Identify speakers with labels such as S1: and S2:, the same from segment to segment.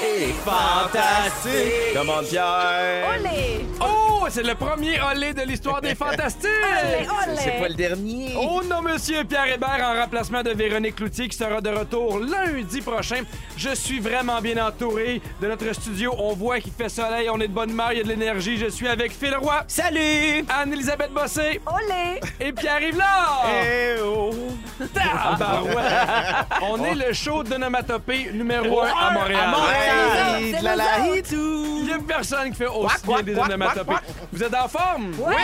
S1: Oh,
S2: Fantastique!
S3: Demande Pierre!
S4: Olé!
S2: Oh, c'est le premier olé de l'histoire des Fantastiques!
S4: Olé, olé!
S3: C'est pas le dernier!
S2: Oh non, monsieur Pierre Hébert en remplacement de Véronique Cloutier qui sera de retour lundi prochain. Je suis vraiment bien entouré de notre studio. On voit qu'il fait soleil, on est de bonne humeur, il y a de l'énergie. Je suis avec Phil Roy. Salut! Anne-Elisabeth Bossé
S4: Olé!
S2: et Pierre-Yves Lard.
S3: Eh oh!
S2: Tabarouette! On est le show d'onomatopée numéro 1 à Montréal.
S4: Montréal!
S3: Ah, Hey,
S4: C'est
S3: la
S4: nous
S3: la
S4: autres.
S3: hi tout!
S2: Il n'y a personne qui fait
S3: Quack,
S2: aussi bien
S3: quack,
S2: des
S3: quack,
S2: onomatopées.
S3: quack,
S2: Vous êtes en forme?
S4: Oui!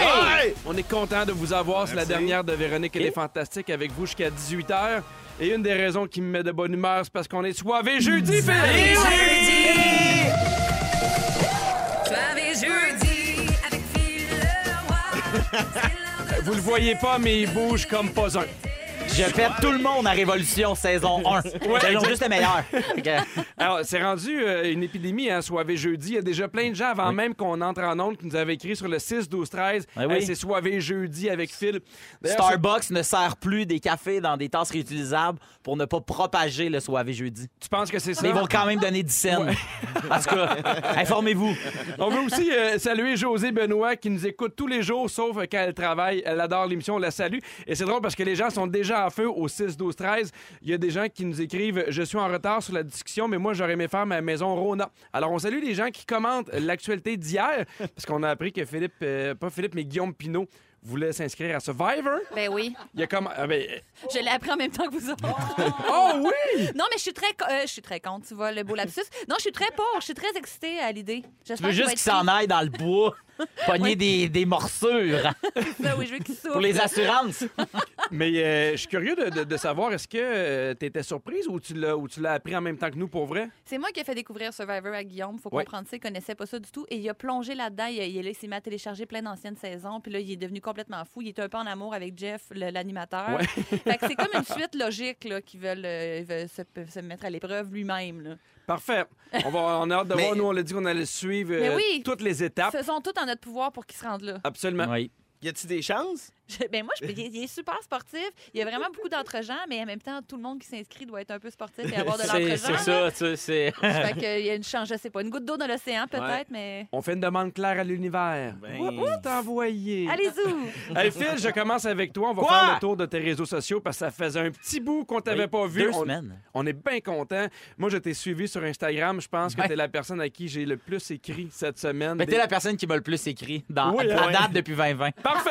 S3: Ouais!
S2: On est content de vous avoir. C'est la dernière de Véronique et les Fantastiques avec vous jusqu'à 18h. Et une des raisons qui me met de bonne humeur, c'est parce qu'on est soivé jeudi, Phil!
S5: Soirée jeudi avec Phil Leroy. C'est l'heure de
S2: Vous le voyez pas, mais il bouge comme pas un.
S1: Je fais tout le monde à Révolution saison 1. Ils ont juste le meilleur. Ok.
S2: Alors, c'est rendu euh, une épidémie, hein, Soivé jeudi. Il y a déjà plein de gens, avant même qu'on entre en onde, qui nous avaient écrit sur le 6, 12, 13.
S1: Ben oui.
S2: Hey, c'est Soivé jeudi avec Phil. D'ailleurs,
S1: Starbucks ne sert plus des cafés dans des tasses réutilisables pour ne pas propager le soirée jeudi.
S2: Tu penses que c'est ça?
S1: Mais ils vont quand même donner 10 cents. En tout cas, informez-vous.
S2: On veut aussi euh, saluer José Benoît qui nous écoute tous les jours, sauf quand elle travaille. Elle adore l'émission, on la salue. Et c'est drôle parce que les gens sont déjà en feu au 6, 12, 13. Il y a des gens qui nous écrivent Je suis en retard sur la discussion, mais moi, j'aurais aimé faire ma maison Rona. Alors, on salue les gens qui commentent l'actualité d'hier, parce qu'on a appris que Philippe, euh, pas Philippe, mais Guillaume Pinault voulait s'inscrire à Survivor.
S6: Ben oui,
S2: Il y a comme. ah, ben,
S6: je l'ai appris en même temps que vous autres.
S2: oh oui!
S6: Non, mais je suis très, co- euh, je suis très contre, tu vois, le beau lapsus. Non, je suis très pauvre, je suis très excitée à l'idée.
S1: Tu
S6: J'espère
S1: veux
S6: qu'il
S1: juste
S6: va
S1: qu'ils
S6: être
S1: s'en aillent dans le bois, pogner
S6: Oui.
S1: des, des morsures
S6: pris. Ben oui, je veux qu'il souffre.
S1: pour les assurances.
S2: Mais euh, je suis curieux de, de- de savoir est-ce que tu étais surprise ou tu l'as ou tu l'as appris en même temps que nous pour vrai?
S6: C'est moi qui ai fait découvrir Survivor à Guillaume. Faut
S2: Ouais.
S6: comprendre ça, il connaissait pas ça du tout. Et il a plongé là-dedans. Il, a- il, a- il s'est mis à télécharger plein d'anciennes saisons. Puis là, il est devenu complètement fou. Il était un peu en amour avec Jeff, le- l'animateur.
S2: Ouais.
S6: Fait que c'est comme une suite logique là, qu'ils veulent, euh, ils veulent se, se mettre à l'épreuve lui-même. là.
S2: Parfait. On, va, on a hâte de
S3: Mais-
S2: voir. Nous, on l'a dit qu'on allait suivre
S6: Mais
S2: euh,
S6: oui.
S2: toutes les
S1: Ah.
S2: étapes.
S6: Faisons tout en notre pouvoir pour qu'ils se rendent là.
S2: Absolument.
S1: Oui.
S3: Y a-tu des chances?
S6: Je- ben moi, je- il, est- il est super sportif. Il y a vraiment beaucoup d'entre-gens, mais en même temps, tout le monde qui s'inscrit doit être un peu sportif et avoir de
S1: C'est c'est
S6: l'entre-gens.
S1: ça, tu sais, c'est.
S6: Fait que, il y a une chance, je sais pas, une goutte d'eau dans l'océan peut-être, mais
S2: On fait une demande claire à l'univers.
S3: Ben.
S2: Où t'envoyer?
S6: allez-y.
S2: Hey Phil, je commence avec toi. On va
S1: Quoi? Ben,
S2: faire le tour de tes réseaux sociaux parce que ça faisait un petit bout qu'on t'avait pas vu.
S1: Deux
S2: on,
S1: semaines.
S2: on est bien content. Moi, je t'ai suivi sur Instagram. Je pense que
S1: Ouais.
S2: t'es la personne à qui j'ai le plus écrit cette semaine.
S1: Mais
S2: Des-
S1: t'es la personne qui m'a le plus écrit dans,
S2: Oui,
S1: à
S2: oui.
S1: date depuis 2020.
S2: Parfait!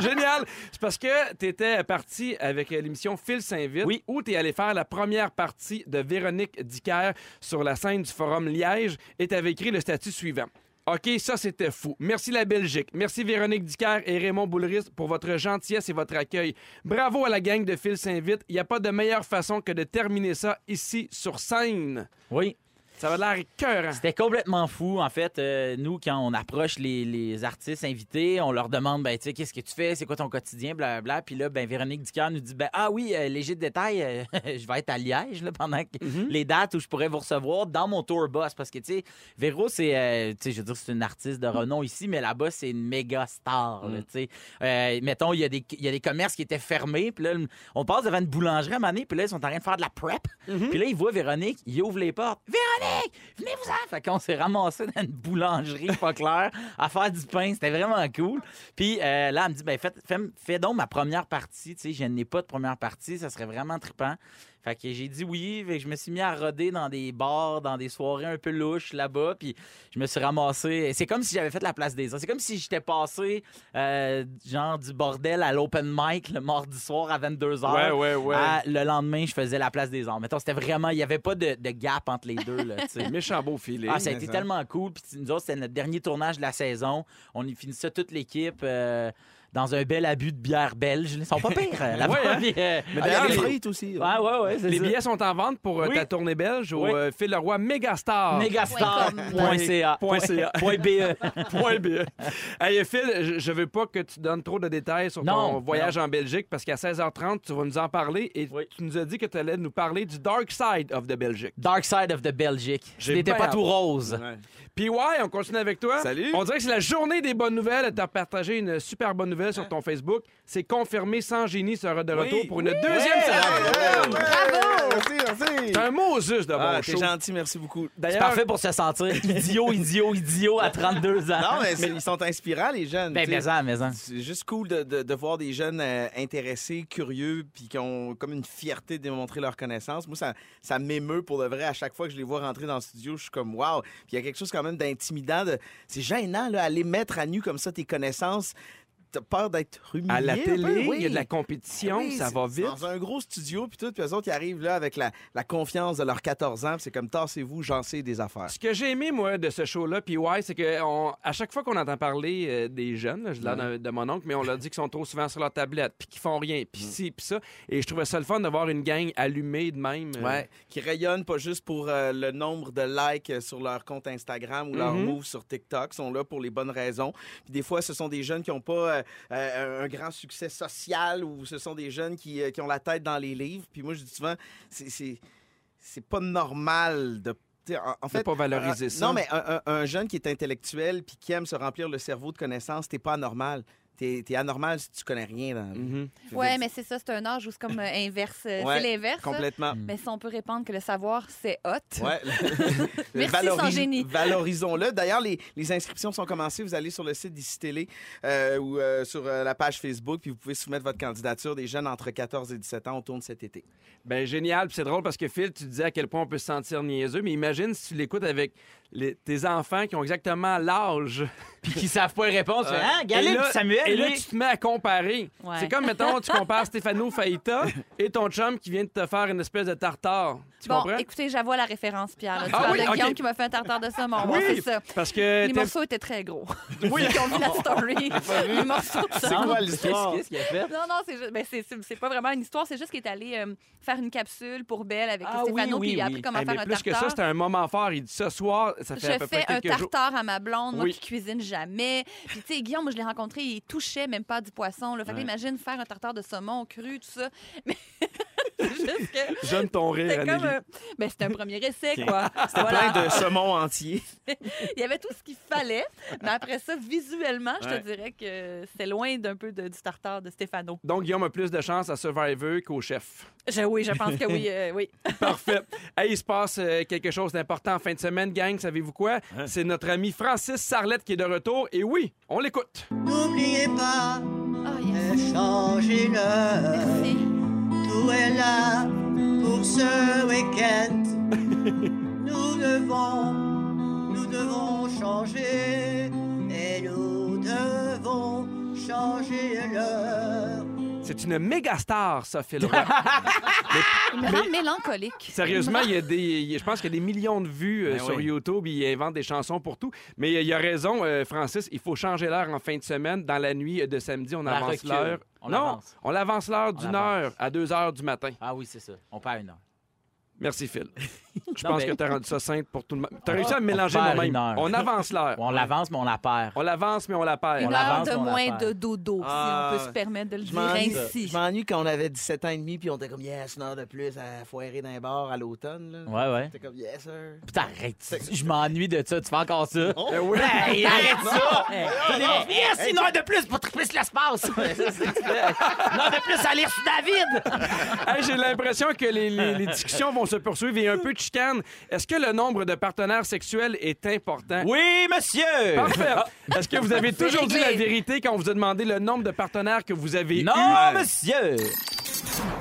S2: Génial! C'est parce que tu étais parti avec l'émission Phil s'invite,
S1: Oui.
S2: où tu es allé faire la première partie de Véronique Dicker sur la scène du Forum Liège et tu avais écrit le statut suivant. OK, ça c'était fou. Merci la Belgique. Merci Véronique Dicker et Raymond Boulris pour votre gentillesse et votre accueil. Bravo à la gang de Phil s'invite. Il n'y a pas de meilleure façon que de terminer ça ici sur scène.
S1: Oui.
S2: Ça va l'air cœur.
S1: C'était complètement fou. En fait, euh, nous, quand on approche les, les artistes invités, on leur demande, ben, tu sais, qu'est-ce que tu fais? C'est quoi ton quotidien? Blablabla. Puis là, ben, Véronique Ducard nous dit, ben, ah oui, euh, léger détail, euh, je vais être à Liège là, pendant que- les dates où je pourrais vous recevoir dans mon tour bus. Parce que, tu sais, Véro, c'est, euh, tu sais, je veux dire, c'est une artiste de renom ici, mais là-bas, c'est une méga star, là, tu sais. Euh, mettons, il y, a des- il y a des commerces qui étaient fermés. Puis là, on passe devant une boulangerie à Mané, puis là, ils sont en train de faire de la prep. Puis là, ils voient Véronique, ils ouvrent les portes. Véronique, venez-vous-en! Fait qu'on s'est ramassé dans une boulangerie, pas clair, à faire du pain. C'était vraiment cool. Puis euh, là, elle me dit, ben, fais, fais- fais donc ma première partie. Tu sais, je n'ai pas de première partie, ça serait vraiment trippant. Fait que j'ai dit oui, fait que je me suis mis à roder dans des bars, dans des soirées un peu louches là-bas, puis je me suis ramassé. C'est comme si j'avais fait la place des autres. C'est comme si j'étais passé, euh, genre, du bordel à l'open mic le mardi soir à 22h.
S2: ouais,
S1: à Ah, le lendemain, je faisais la place des arts. Mettons, c'était vraiment, il n'y avait pas de, de gap entre les deux. Là, tu sais.
S2: Méchant beau filet.
S1: Ah, ça a été
S3: Mais ça.
S1: tellement cool. Puis nous autres, c'était notre dernier tournage de la saison. On y finissait toute l'équipe euh, dans un bel abus de bière belge. Ils sont pas pires. euh, là-bas.
S2: Ouais, hein?
S1: Puis, euh,
S3: Mais
S2: d'ailleurs,
S3: d'ailleurs, les
S2: les-
S3: frites aussi.
S1: ouais, ouais, ouais, c'est
S2: Les
S1: ça.
S2: billets sont en vente pour euh,
S1: Oui.
S2: ta tournée belge au
S1: Oui.
S2: euh, Phil Leroy Megastar.
S1: Megastar.ca.
S2: Point ca.
S1: Point E. BE.
S2: Point bien. Hey, Phil, je- je veux pas que tu donnes trop de détails sur ton
S1: Non,
S2: voyage en Belgique parce qu'à 16h30, tu vas nous en parler et
S1: Oui.
S2: tu nous as dit que tu allais nous parler du Dark Side of the Belgique.
S1: Dark Side of the Belgique.
S2: J'ai
S1: C'était
S2: bien
S1: pas
S2: hâte.
S1: tout rose.
S3: Ouais.
S2: Puis ouais, on continue avec toi.
S3: Salut.
S2: On dirait que c'est la journée des bonnes nouvelles. T'as partagé une super bonne nouvelle nouvelle sur ton Facebook. C'est confirmé sans génie sera de
S3: Oui.
S2: retour pour une deuxième saison.
S3: Bravo! Merci, merci.
S2: C'est un Moses de bon
S3: Ah, t'es
S2: show.
S3: gentil, merci beaucoup.
S1: C'est
S3: D'ailleurs,
S1: parfait pour se sentir idiot, idiot, idiot à 32 ans.
S3: Non, mais c'est- ils sont inspirants, les jeunes.
S1: Ben,
S3: tu sais.
S1: maison, maison.
S3: C'est juste cool de, de- de voir des jeunes euh, intéressés, curieux, puis qui ont comme une fierté de démontrer leurs connaissances. Moi, ça, ça m'émeut pour de vrai. À chaque fois que je les vois rentrer dans le studio, je suis comme wow. Puis il y a quelque chose quand même d'intimidant. de- C'est gênant, là, aller mettre à nu comme ça tes connaissances. T'as peur d'être humilié.
S2: À la
S3: un peu,
S2: télé,
S3: oui.
S2: il y a de la compétition,
S3: Ben Oui,
S2: ça
S3: c'est-
S2: va
S3: c'est
S2: vite.
S3: Dans un gros studio, puis tout, puis eux autres, ils arrivent là avec la, la confiance de leurs 14 ans, puis c'est comme tassez-vous, j'en sais des affaires.
S2: Ce que j'ai aimé, moi, de ce show-là, puis ouais, c'est que on- à chaque fois qu'on entend parler euh, des jeunes, là, je l'ai de, de mon oncle, mais on l'a dit qu'ils sont trop souvent sur leur tablette, puis qu'ils font rien,
S1: Mm.
S2: puis ci, puis ça. Et je trouvais ça le fun d'avoir une gang allumée de même. euh,
S3: Ouais, qui rayonnent pas juste pour euh, le nombre de likes euh, sur leur compte Instagram ou leur
S2: Mhm.
S3: move sur TikTok, sont là pour les bonnes raisons. Puis des fois, ce sont des jeunes qui n'ont pas euh, euh, un grand succès social ou ce sont des jeunes qui, euh, qui ont la tête dans les livres. Puis moi, je dis souvent, c'est- c'est c'est pas normal de tu sais, en, en
S2: de
S3: fait,
S2: pas valoriser
S3: euh,
S2: ça.
S3: Non, mais un, un- un jeune qui est intellectuel puis qui aime se remplir le cerveau de connaissances, t'es pas anormal. T'es es anormal si tu connais rien. Dans... la vie.
S2: Mhm.
S3: Je veux
S6: Ouais,
S3: dire,
S6: mais c'est ça, c'est un âge où c'est comme euh, inverse. euh,
S3: Ouais,
S6: c'est l'inverse. ça.
S3: Complètement.
S6: Mais si on peut répondre que le savoir, c'est hot.
S3: Ouais.
S6: Merci, sans génie.
S3: Valorisons-le. D'ailleurs, les, les inscriptions sont commencées. Vous allez sur le site d'ICI Télé euh, ou euh, sur euh, la page Facebook, puis vous pouvez soumettre votre candidature. Des jeunes entre 14 et 17 ans, on tourne cet été.
S2: Ben génial, puis c'est drôle parce que Phil, tu disais à quel point on peut se sentir niaiseux, mais imagine si tu l'écoutes avec les- tes enfants qui ont exactement l'âge.
S1: Puis qui savent pas répondre. tu fais, Ah,
S2: Euh, Et
S1: Galil
S2: là-
S1: puis Samuel,
S2: Et là,
S1: lui.
S2: tu te mets à comparer.
S6: Ouais.
S2: C'est comme, mettons, tu compares Stéphano Faïta et ton chum qui vient de te faire une espèce de tartare. Tu
S6: bon,
S2: comprends?
S6: écoutez, j'avoue la référence, Pierre. là. Tu
S2: Ah
S6: parles
S2: oui,
S6: de
S2: ok.
S6: Guillaume qui m'a fait un tartare de saumon.
S2: Oui.
S6: Ouais, c'est ça.
S2: Parce que
S6: Les
S2: t'aimes-
S6: morceaux étaient très gros. Oui, ils ont vu
S2: Oh,
S6: la story. Les morceaux de
S1: Non,
S6: saumon.
S3: quoi l'histoire?
S1: Qu'est-ce qu'il a fait?
S6: Non, non, c'est juste- ben, c'est- c'est- c'est pas vraiment une histoire, c'est juste qu'il est allé euh, faire une capsule pour Belle avec
S1: Ah oui,
S6: Stéphano,
S1: oui,
S6: puis il a
S1: oui.
S6: appris comment
S2: Hey,
S6: faire
S2: mais
S6: un
S2: plus que ça,
S6: tartare.
S2: c'était un moment fort. Il dit ce soir, ça fait à
S6: je
S2: peu
S6: fais
S2: près
S6: un
S2: quelques jours.
S6: tartare à ma blonde, moi
S2: Oui.
S6: qui cuisine jamais. Puis tu sais, Guillaume, je l'ai rencontré, il touchait même pas du poisson. Là. Fait que
S2: Ouais.
S6: imagine faire un tartare de saumon cru, tout ça. Mais c'est juste que
S2: J'aime ton rire,
S6: c'était comme
S2: Anneli.
S6: un... Ben, c'était un premier essai, quoi. Voilà.
S3: Plein de saumon entier.
S6: Il y avait tout ce qu'il fallait. Mais après ça, visuellement, je
S3: Ouais.
S6: te dirais que c'est loin d'un peu de- du tartare de Stéphano.
S2: Donc, Guillaume a plus de chance à Survivor qu'au chef.
S6: Je- oui, je pense que oui, euh, oui.
S2: Parfait. Hey, il se passe euh, quelque chose d'important en fin de semaine, gang. Savez-vous quoi? C'est notre ami Francis Sarlette qui est de retour. Et oui, on l'écoute.
S4: N'oubliez pas
S6: Ah, yes.
S4: de changer l'heure.
S6: Merci.
S4: Tout est là pour ce week-end. Nous devons, nous devons changer. Et nous devons changer l'heure.
S2: C'est une méga star, ça, Phil Roy.
S6: Il me rend mélancolique.
S2: Sérieusement, il y a des, il y a- je pense qu'il y a des millions de vues euh,
S3: Ben
S2: sur
S3: oui.
S2: YouTube. Il invente des chansons pour tout. Mais euh, il a raison, euh, Francis. Il faut changer l'heure en fin de semaine. Dans la nuit euh, de samedi, on
S1: la
S2: avance
S1: recule.
S2: l'heure.
S1: On
S2: non,
S1: l'avance.
S2: on l'avance l'heure d'une
S1: l'avance.
S2: heure à deux heures du matin.
S1: Ah oui, c'est ça. On perd une heure.
S2: Merci, Phil. Je
S1: Non,
S2: pense
S1: mais-
S2: que tu as rendu ça simple pour tout le monde. Tu as réussi à me
S1: On
S2: mélanger
S1: perd
S2: moi-même.
S1: une heure.
S2: On avance l'heure.
S1: On l'avance, mais on la perd.
S2: On l'avance, mais on la perd.
S6: Une
S1: la-
S6: heure
S1: l'avance,
S6: de
S1: on la
S6: moins
S1: perd.
S6: de dodo,
S3: Ah,
S6: si on peut se permettre de le
S3: Je
S6: dire
S3: m'ennuie-
S6: ainsi.
S3: je m'ennuie quand on avait 17 ans et demi, puis on était comme, yes, une heure de plus à foirer d'un bar à l'automne. là.
S1: Ouais, ouais.
S3: C'était comme, yes, sir.
S1: Putain, arrête. tu- Je m'ennuie de ça. Tu fais encore ça.
S2: Eh oui.
S1: Hey, arrête ça! Yes, une heure de plus pour tripler l'espace! Une heure de plus à lire sur David!
S2: Hey, J'ai l'impression que les, les- les discussions vont se poursuivre et un peu de chicane. Est-ce que le nombre de partenaires sexuels est important?
S1: Oui, Ah. monsieur!
S2: Parfait. Est-ce que vous avez toujours dit la
S6: réglé.
S2: vérité quand on vous a demandé le nombre de partenaires que vous avez eu?
S1: Non, monsieur!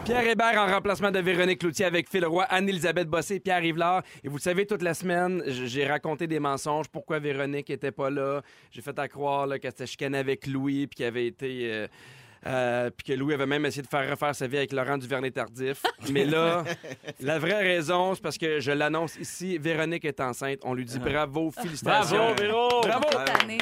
S2: Pierre Hébert en remplacement de Véronique Cloutier avec Phil Roy, Anne-Elisabeth Bossé et Pierre Rivlard. Et vous le savez, toute la semaine, j- j'ai raconté des mensonges, pourquoi Véronique était pas là. J'ai fait à croire là, qu'elle s'était chicanée avec Louis, puis qu'elle avait été... euh, euh, puis que Louis avait même essayé de faire refaire sa vie avec Laurent Duvernay-Tardif. Mais là, la vraie raison, c'est parce que je l'annonce ici, Véronique est enceinte. On lui dit Ah. bravo, félicitations.
S1: Bravo, Véro!
S2: Bravo!
S6: Tanné.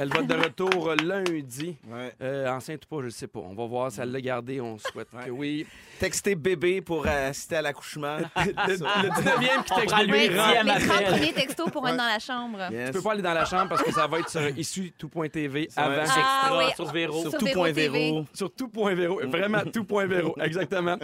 S2: Elle va être de retour lundi.
S3: Ouais.
S2: Euh, enceinte ou pas, je ne sais pas. On va voir si elle l'a gardé. On souhaite que oui.
S3: Texter bébé pour euh, assister à l'accouchement.
S2: Le 19e qui texte
S1: prend
S2: de
S1: Ah, lui,
S2: lui
S6: Oui,
S1: grand
S2: rentre.
S1: diamant.
S6: les 30
S1: appel.
S6: premiers textos pour être dans la chambre.
S3: Yes.
S2: Tu peux pas aller dans la chambre parce que ça va être sur issu tout.tv
S3: Ouais.
S2: avant.
S6: Ah, oui.
S1: sur Véro.
S6: Sur
S3: Tout
S6: Véro
S3: point
S6: TV.
S3: Véro. Véro.
S2: Sur tout point véro. Vraiment tout point véro. Exactement.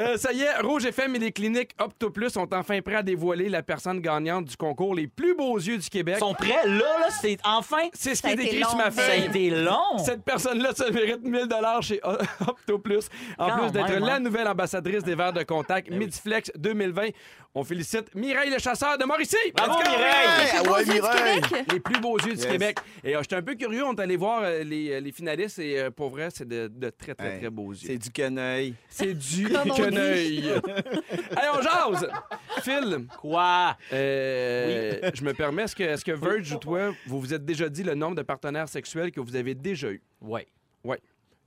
S2: Euh, ça y est, Rouge FM et les cliniques Optoplus sont enfin prêts à dévoiler la personne gagnante du concours Les plus beaux yeux du Québec.
S1: Ils sont prêts, là, là, c'est enfin.
S2: C'est ce qui
S6: Ça
S2: est
S6: a été
S2: décrit sur
S6: long, mais-
S2: ma
S1: Ça a
S2: feuille.
S1: été long.
S2: Cette personne-là se mérite 1000 chez O- OptoPlus. En
S1: Quand
S2: plus d'être
S1: même,
S2: la
S1: hein.
S2: nouvelle ambassadrice des verres de contact Midflex 2020, on félicite Mireille le chasseur de Mauricie.
S1: Bravo,
S2: Let's go!
S1: Mireille!
S3: Ah
S6: Beaux
S3: ouais,
S6: yeux du
S3: Mireille.
S6: Québec.
S2: Les plus beaux yeux du
S3: Yes.
S2: Québec. Et euh, j'étais un peu curieux, on est allé voir euh, les, euh, les finalistes et euh, pour vrai, c'est de, de très, très,
S3: Ouais.
S2: très beaux yeux.
S3: C'est du queneuil.
S2: C'est du
S6: Comme on dit.
S2: queneuil. Allez, on jase! Phil,
S1: Quoi?
S2: euh, je me permets, est-ce que, est-ce que Verge ou toi, vous vous êtes déjà dit le nombre de partenaires sexuels que vous avez déjà eu?
S1: Oui,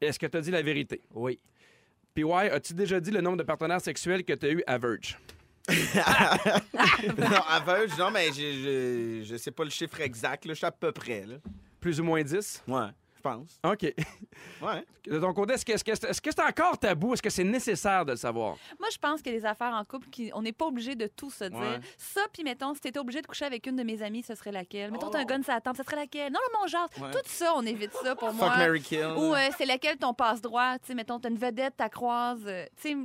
S2: Est-ce que tu as dit la vérité?
S1: oui.
S2: PY, as-tu déjà dit le nombre de partenaires sexuels que tu as eu à Verge?
S3: non, aveugle, non, mais j'ai- j'ai- je sais pas le chiffre exact. Là, je suis à peu près. Là.
S2: Plus ou moins 10?
S3: Ouais. Je pense.
S2: OK.
S3: Ouais.
S2: De ton côté, est-ce que est-ce que- est-ce que c'est encore tabou? Est-ce que c'est nécessaire de le savoir?
S6: Moi, je pense que les affaires en couple, qui- on n'est pas obligé de tout se dire.
S3: Ouais.
S6: Ça, puis mettons, si t'étais obligé de coucher avec une de mes amies, ce serait laquelle? Mettons, t'as un gun, ça attend, ce serait laquelle? Non, non, mon genre.
S3: Oh. Ouais.
S6: Tout ça, on évite ça pour moi.
S3: Fuck Mary Kill.
S6: Ou
S3: là.
S6: euh, c'est laquelle ton passe-droit? Tu sais, mettons, t'as une vedette, t'as croise. euh, tu sais,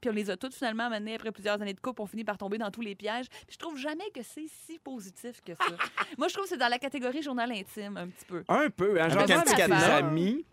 S6: puis on les a toutes finalement amenées après plusieurs années de couple. On finit par tomber dans tous les pièges. Puis je trouve jamais que c'est si positif que ça. moi, je trouve que c'est dans la catégorie journal intime, un petit peu.
S2: Un peu. Hein? J'en
S6: Avec
S2: parle
S6: un petit
S2: avec des
S6: cadenas.
S2: amis.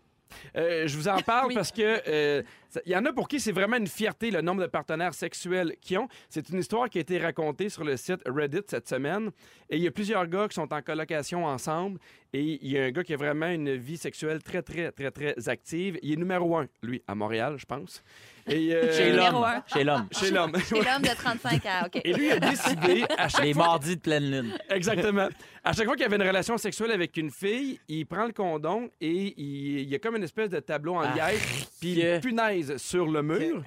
S2: Euh, je vous en parle
S6: Oui.
S2: parce que euh, ça- il y en a pour qui c'est vraiment une fierté le nombre de partenaires sexuels qu'ils ont. C'est une histoire qui a été racontée sur le site Reddit cette semaine. Et il y a plusieurs gars qui sont en colocation ensemble. Et il y a un gars qui a vraiment une vie sexuelle très, très, très, très active. Il est numéro un, lui, à Montréal, je pense. Et, euh,
S1: Chez
S6: Numéro
S1: l'homme.
S6: un.
S1: Chez l'homme.
S2: Chez l'homme.
S6: Chez l'homme de 35 ans, OK.
S2: Et lui il a décidé à chaque
S1: Les mardis de pleine lune.
S2: Exactement. À chaque fois qu'il y avait une relation sexuelle avec une fille, il prend le condom et il, il y a comme une espèce de tableau en
S1: Ah,
S2: liège, puis
S1: que-
S2: il punaise sur le mur.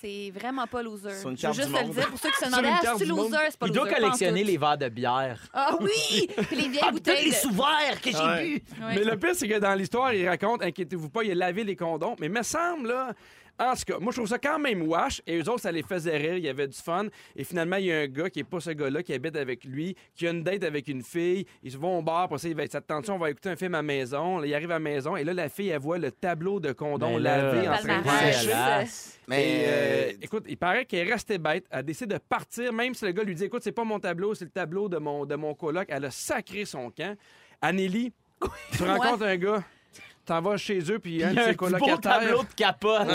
S6: C'est vraiment pas loser.
S3: Sur une
S6: Je veux
S3: carte
S6: juste
S3: du
S6: te le
S3: monde.
S6: dire pour ceux qui se
S2: Sur
S6: demandaient
S2: une
S6: ah,
S2: carte
S6: c'est
S2: du monde.
S6: loser, c'est pas
S1: Il
S6: loser.
S1: doit
S6: pas en
S1: collectionner
S6: tout.
S1: les verres de bière.
S6: Ah oui! Puis les vieilles
S1: Ah, tous
S6: bouteilles.
S1: les
S6: de-
S1: sous-verres que j'ai
S3: Ouais.
S1: bu.
S6: Ouais.
S2: Mais le pire, c'est que dans l'histoire, il raconte inquiétez-vous pas, il a lavé les condoms. Mais me semble, là. En tout cas, moi, je trouve ça quand même wash. Et eux autres, ça les faisait rire. Il y avait du fun. Et finalement, il y a un gars qui est pas ce gars-là, qui habite avec lui, qui a une date avec une fille. Ils se vont au bar. Pour ça, il va être attention, on va écouter un film à la maison. Là, il arrive à la maison. Et là, la fille, elle voit le tableau de condoms
S1: Ben là,
S2: lavé en
S6: Le
S2: train de
S6: palmarès.
S2: sécher.
S1: dégueulasse.
S2: Et,
S3: Mais
S2: euh,
S3: euh,
S2: écoute, il paraît qu'elle est restée bête. Elle décide de partir, même si le gars lui dit Écoute, c'est pas mon tableau, c'est le tableau de mon, de mon coloc. Elle a sacré son camp. Anneli, tu rencontres un gars, t'en vas chez eux, puis un
S1: Il y
S2: de
S1: a
S2: ses
S1: un petit beau tableau
S2: colocataires.
S1: de capote.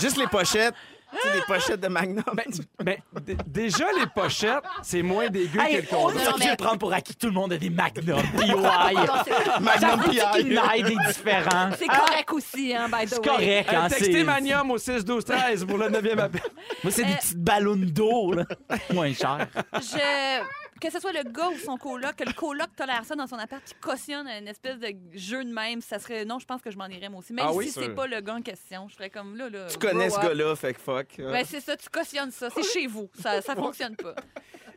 S3: juste les pochettes. Tu sais, les pochettes de Magnum.
S2: Ben, ben, d- déjà, les pochettes, c'est moins dégueu
S1: Hey, oh,
S2: que
S1: on
S2: le condom.
S1: dirait
S6: Non,
S1: que je
S6: mais-
S1: prends pour acquis que tout le monde a des Magnum, PY.
S6: Non, Ah, c'est-
S1: J'en
S3: Magnum E.
S1: veux qu'il y en
S3: PI.
S1: ait des différents.
S6: C'est correct aussi, hein, by the
S1: C'est
S6: way.
S1: correct,
S2: Euh,
S1: hein,
S2: Textez
S1: c'est-
S2: Manium au 6-12-13 pour le 9e appel.
S1: Moi, c'est des
S6: Euh,
S1: petites ballons d'eau, là. Moins cher.
S6: Je... Que ce soit le gars ou son coloc, que le coloc tolère ça dans son appart, qui cautionne une espèce de jeu de même, ça serait. Non, je pense que je m'en irais moi aussi. Même
S2: Ah oui,
S6: si c'est
S3: sûr.
S6: pas le gars en question, je serais comme là. là
S3: Tu connais ce gars-là, fait que fuck.
S6: Ouais, c'est ça, tu cautionnes ça, c'est chez vous, ça, ça fonctionne pas.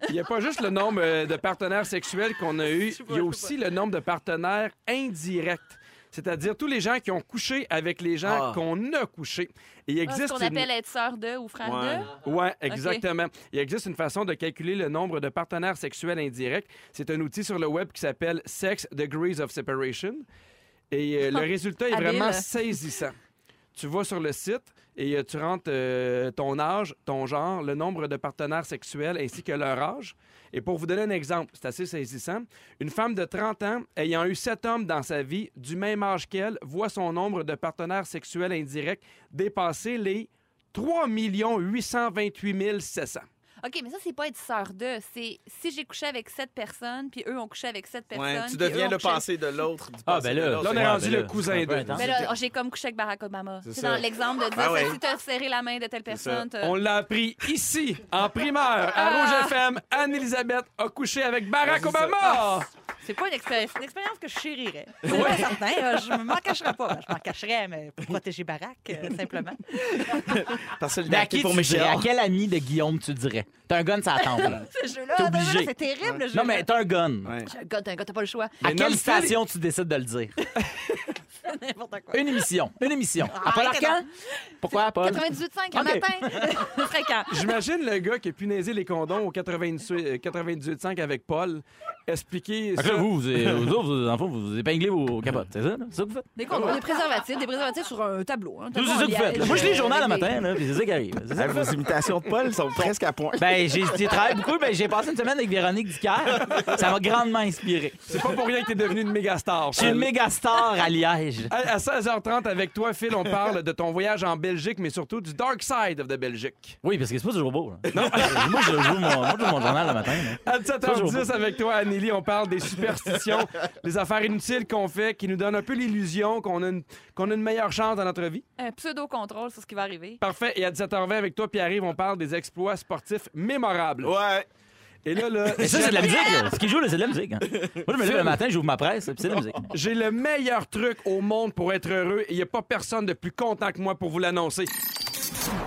S2: Il n'y a pas juste le nombre euh, de partenaires sexuels qu'on a eu,
S6: Je sais pas,
S2: il y a
S6: je sais
S2: aussi le nombre de partenaires indirects. C'est-à-dire tous les gens qui ont couché avec les gens
S3: Ah.
S2: qu'on a couchés. Et il
S6: Ah, ce
S2: existe
S6: qu'on
S2: une-
S6: appelle être sœur de ou frère
S3: Ouais.
S6: de.
S2: Ouais, exactement. Il existe une façon de calculer le nombre de partenaires sexuels indirects. C'est un outil sur le web qui s'appelle Sex Degrees of Separation. Et euh, le résultat est
S6: Habile.
S2: vraiment saisissant. Tu vas sur le site et euh, tu rentres euh, ton âge, ton genre, le nombre de partenaires sexuels ainsi que leur âge. Et pour vous donner un exemple, c'est assez saisissant. Une femme de 30 ans ayant eu 7 hommes dans sa vie du même âge qu'elle voit son nombre de partenaires sexuels indirects dépasser les 3 828 700.
S6: OK, mais ça, c'est pas être sœur de. C'est si j'ai couché avec sept personnes, puis eux ont couché avec sept personnes.
S3: Ouais, tu
S6: puis eux
S3: deviens
S6: ont
S3: le
S6: couché-
S3: passé de l'autre. du
S1: Ah,
S3: passé
S1: ben
S3: de
S1: là,
S3: l'autre.
S2: Là, on
S1: Ouais,
S2: est rendu
S1: ben
S2: le
S1: là,
S2: cousin
S1: c'est un peu
S2: d'eux.
S1: intense.
S6: Mais là, oh, j'ai comme couché avec Barack Obama.
S3: C'est
S6: C'est
S3: ça.
S6: dans l'exemple de dire
S3: Ah ouais.
S6: si tu as serré la main de telle personne. t'as-
S2: On l'a appris ici, en primeur, à
S6: Ah.
S2: Rouge FM. Anne-Elisabeth a couché avec Barack
S3: Ouais, c'est ça.
S2: Obama.
S7: C'est pas une expérience, c'est une expérience que je chérirais. C'est pas certain, euh, je m'en cacherais pas. Ben, Je m'en cacherais, mais pour protéger Barack, euh, simplement.
S3: Parce que le
S1: Mais à
S3: daté
S1: qui
S3: pour
S1: tu dirais? À
S3: Michel.
S1: quel ami de Guillaume tu dirais? T'as un gun ça attend.
S7: Ce jeu-là,
S1: T'es obligé.
S7: vraiment, c'est terrible. le jeu-là.
S1: Non, mais t'as un gun.
S3: Ouais.
S6: T'as un gars, t'as un gars, t'as pas le choix.
S1: À
S2: Mais non,
S1: quelle
S2: c'est-
S1: station tu décides de le dire?
S7: n'importe quoi. Ah,
S1: Une émission. Une émission. À Paul
S7: Arrêtez
S1: Arcan? Pourquoi, Paul?
S6: 98,5
S1: OK.
S6: le matin. Fréquent.
S2: J'imagine le gars qui a punaisé les condoms au 98 98.5 euh, avec Paul. expliquer
S1: Fait que
S2: ça.
S1: là, vous, vous, euh, vous autres, vous, dans le fond, vous, vous épinglez vos capotes, c'est ça? là? C'est ça que vous faites?
S6: Des condoms, des préservatifs, des préservatifs sur un tableau. hein.
S1: Nous,
S6: Tableau
S1: c'est ça
S6: en
S1: que vous faites. là.
S6: liège,
S1: Moi, je lis le
S6: euh,
S1: journal le
S6: avec des-
S1: matin, là, puis c'est ça qui arrive. C'est ça
S3: Ah,
S1: que vous
S3: Vos
S1: faites.
S3: imitations de Paul sont presque à point.
S1: Ben, j'ai j'ai travaillé beaucoup, ben, j'ai passé une semaine avec Véronique Dicard. Ça m'a grandement inspiré.
S2: C'est pas pour rien que t'es devenu une méga star.
S1: Je suis une
S2: Paul.
S1: méga star à Liège.
S2: À à 16h30, avec toi, Phil, on parle de ton voyage en Belgique, mais surtout du dark side of the Belgique.
S1: Oui, parce que c'est pas toujours beau. là. moi, je joue mon, moi, je joue mon journal le matin. là.
S2: À
S1: Toujours beau.
S2: 17h10, avec toi, Anneli, on parle des superstitions, des affaires inutiles qu'on fait qui nous donnent un peu l'illusion qu'on a, une- qu'on a une meilleure chance dans notre vie.
S6: Un pseudo-contrôle sur ce qui va arriver.
S2: Parfait. Et à 17h20, avec toi, Pierre-Yves, on parle des exploits sportifs mémorables.
S3: Ouais.
S2: Et là, là.
S1: Et Oh. ça, c'est de la
S2: j'ai-
S1: musique. là. Ce qu'ils jouent, là, c'est de la musique. hein. Moi, je me lève le matin, j'ouvre ma presse, puis c'est de la musique.
S2: J'ai le meilleur truc au monde pour être heureux et il n'y a pas personne de plus content que moi pour vous l'annoncer.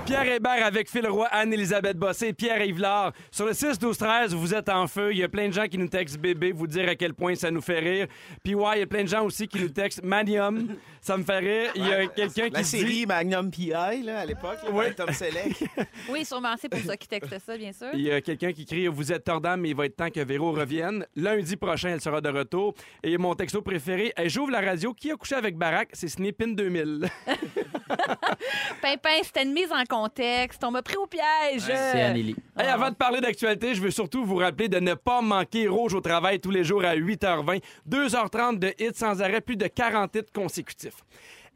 S2: Pierre Hébert avec Phil Roy, Anne-Elisabeth Bossé, Pierre Yvelard. Sur le 6-12-13, vous êtes en feu. Il y a plein de gens qui nous textent bébé, vous dire à quel point ça nous fait rire. Puis ouais, il y a plein de gens aussi qui nous textent manium, ça me fait rire. Il y a quelqu'un
S3: La
S2: qui
S3: série
S2: dit...
S3: Magnum PI, là, à l'époque, là,
S2: Ouais.
S3: Tom Selleck.
S6: Oui, sûrement, c'est pour ça qu'ils textent ça, bien sûr.
S2: Il y a quelqu'un qui crie Vous êtes tordant, mais il va être temps que Véro revienne. Lundi prochain, elle sera de retour. Et mon texto préféré Hey, J'ouvre la radio. Qui a couché avec Barack C'est Snipin 2000.
S6: Pimpin, c'était une mise en contexte. On m'a pris au piège.
S1: C'est Anneli.
S2: Hey, avant de parler d'actualité, je veux surtout vous rappeler de ne pas manquer Rouge au travail tous les jours à 8h20, 2h30 de hits sans arrêt, plus de 40 hits consécutifs.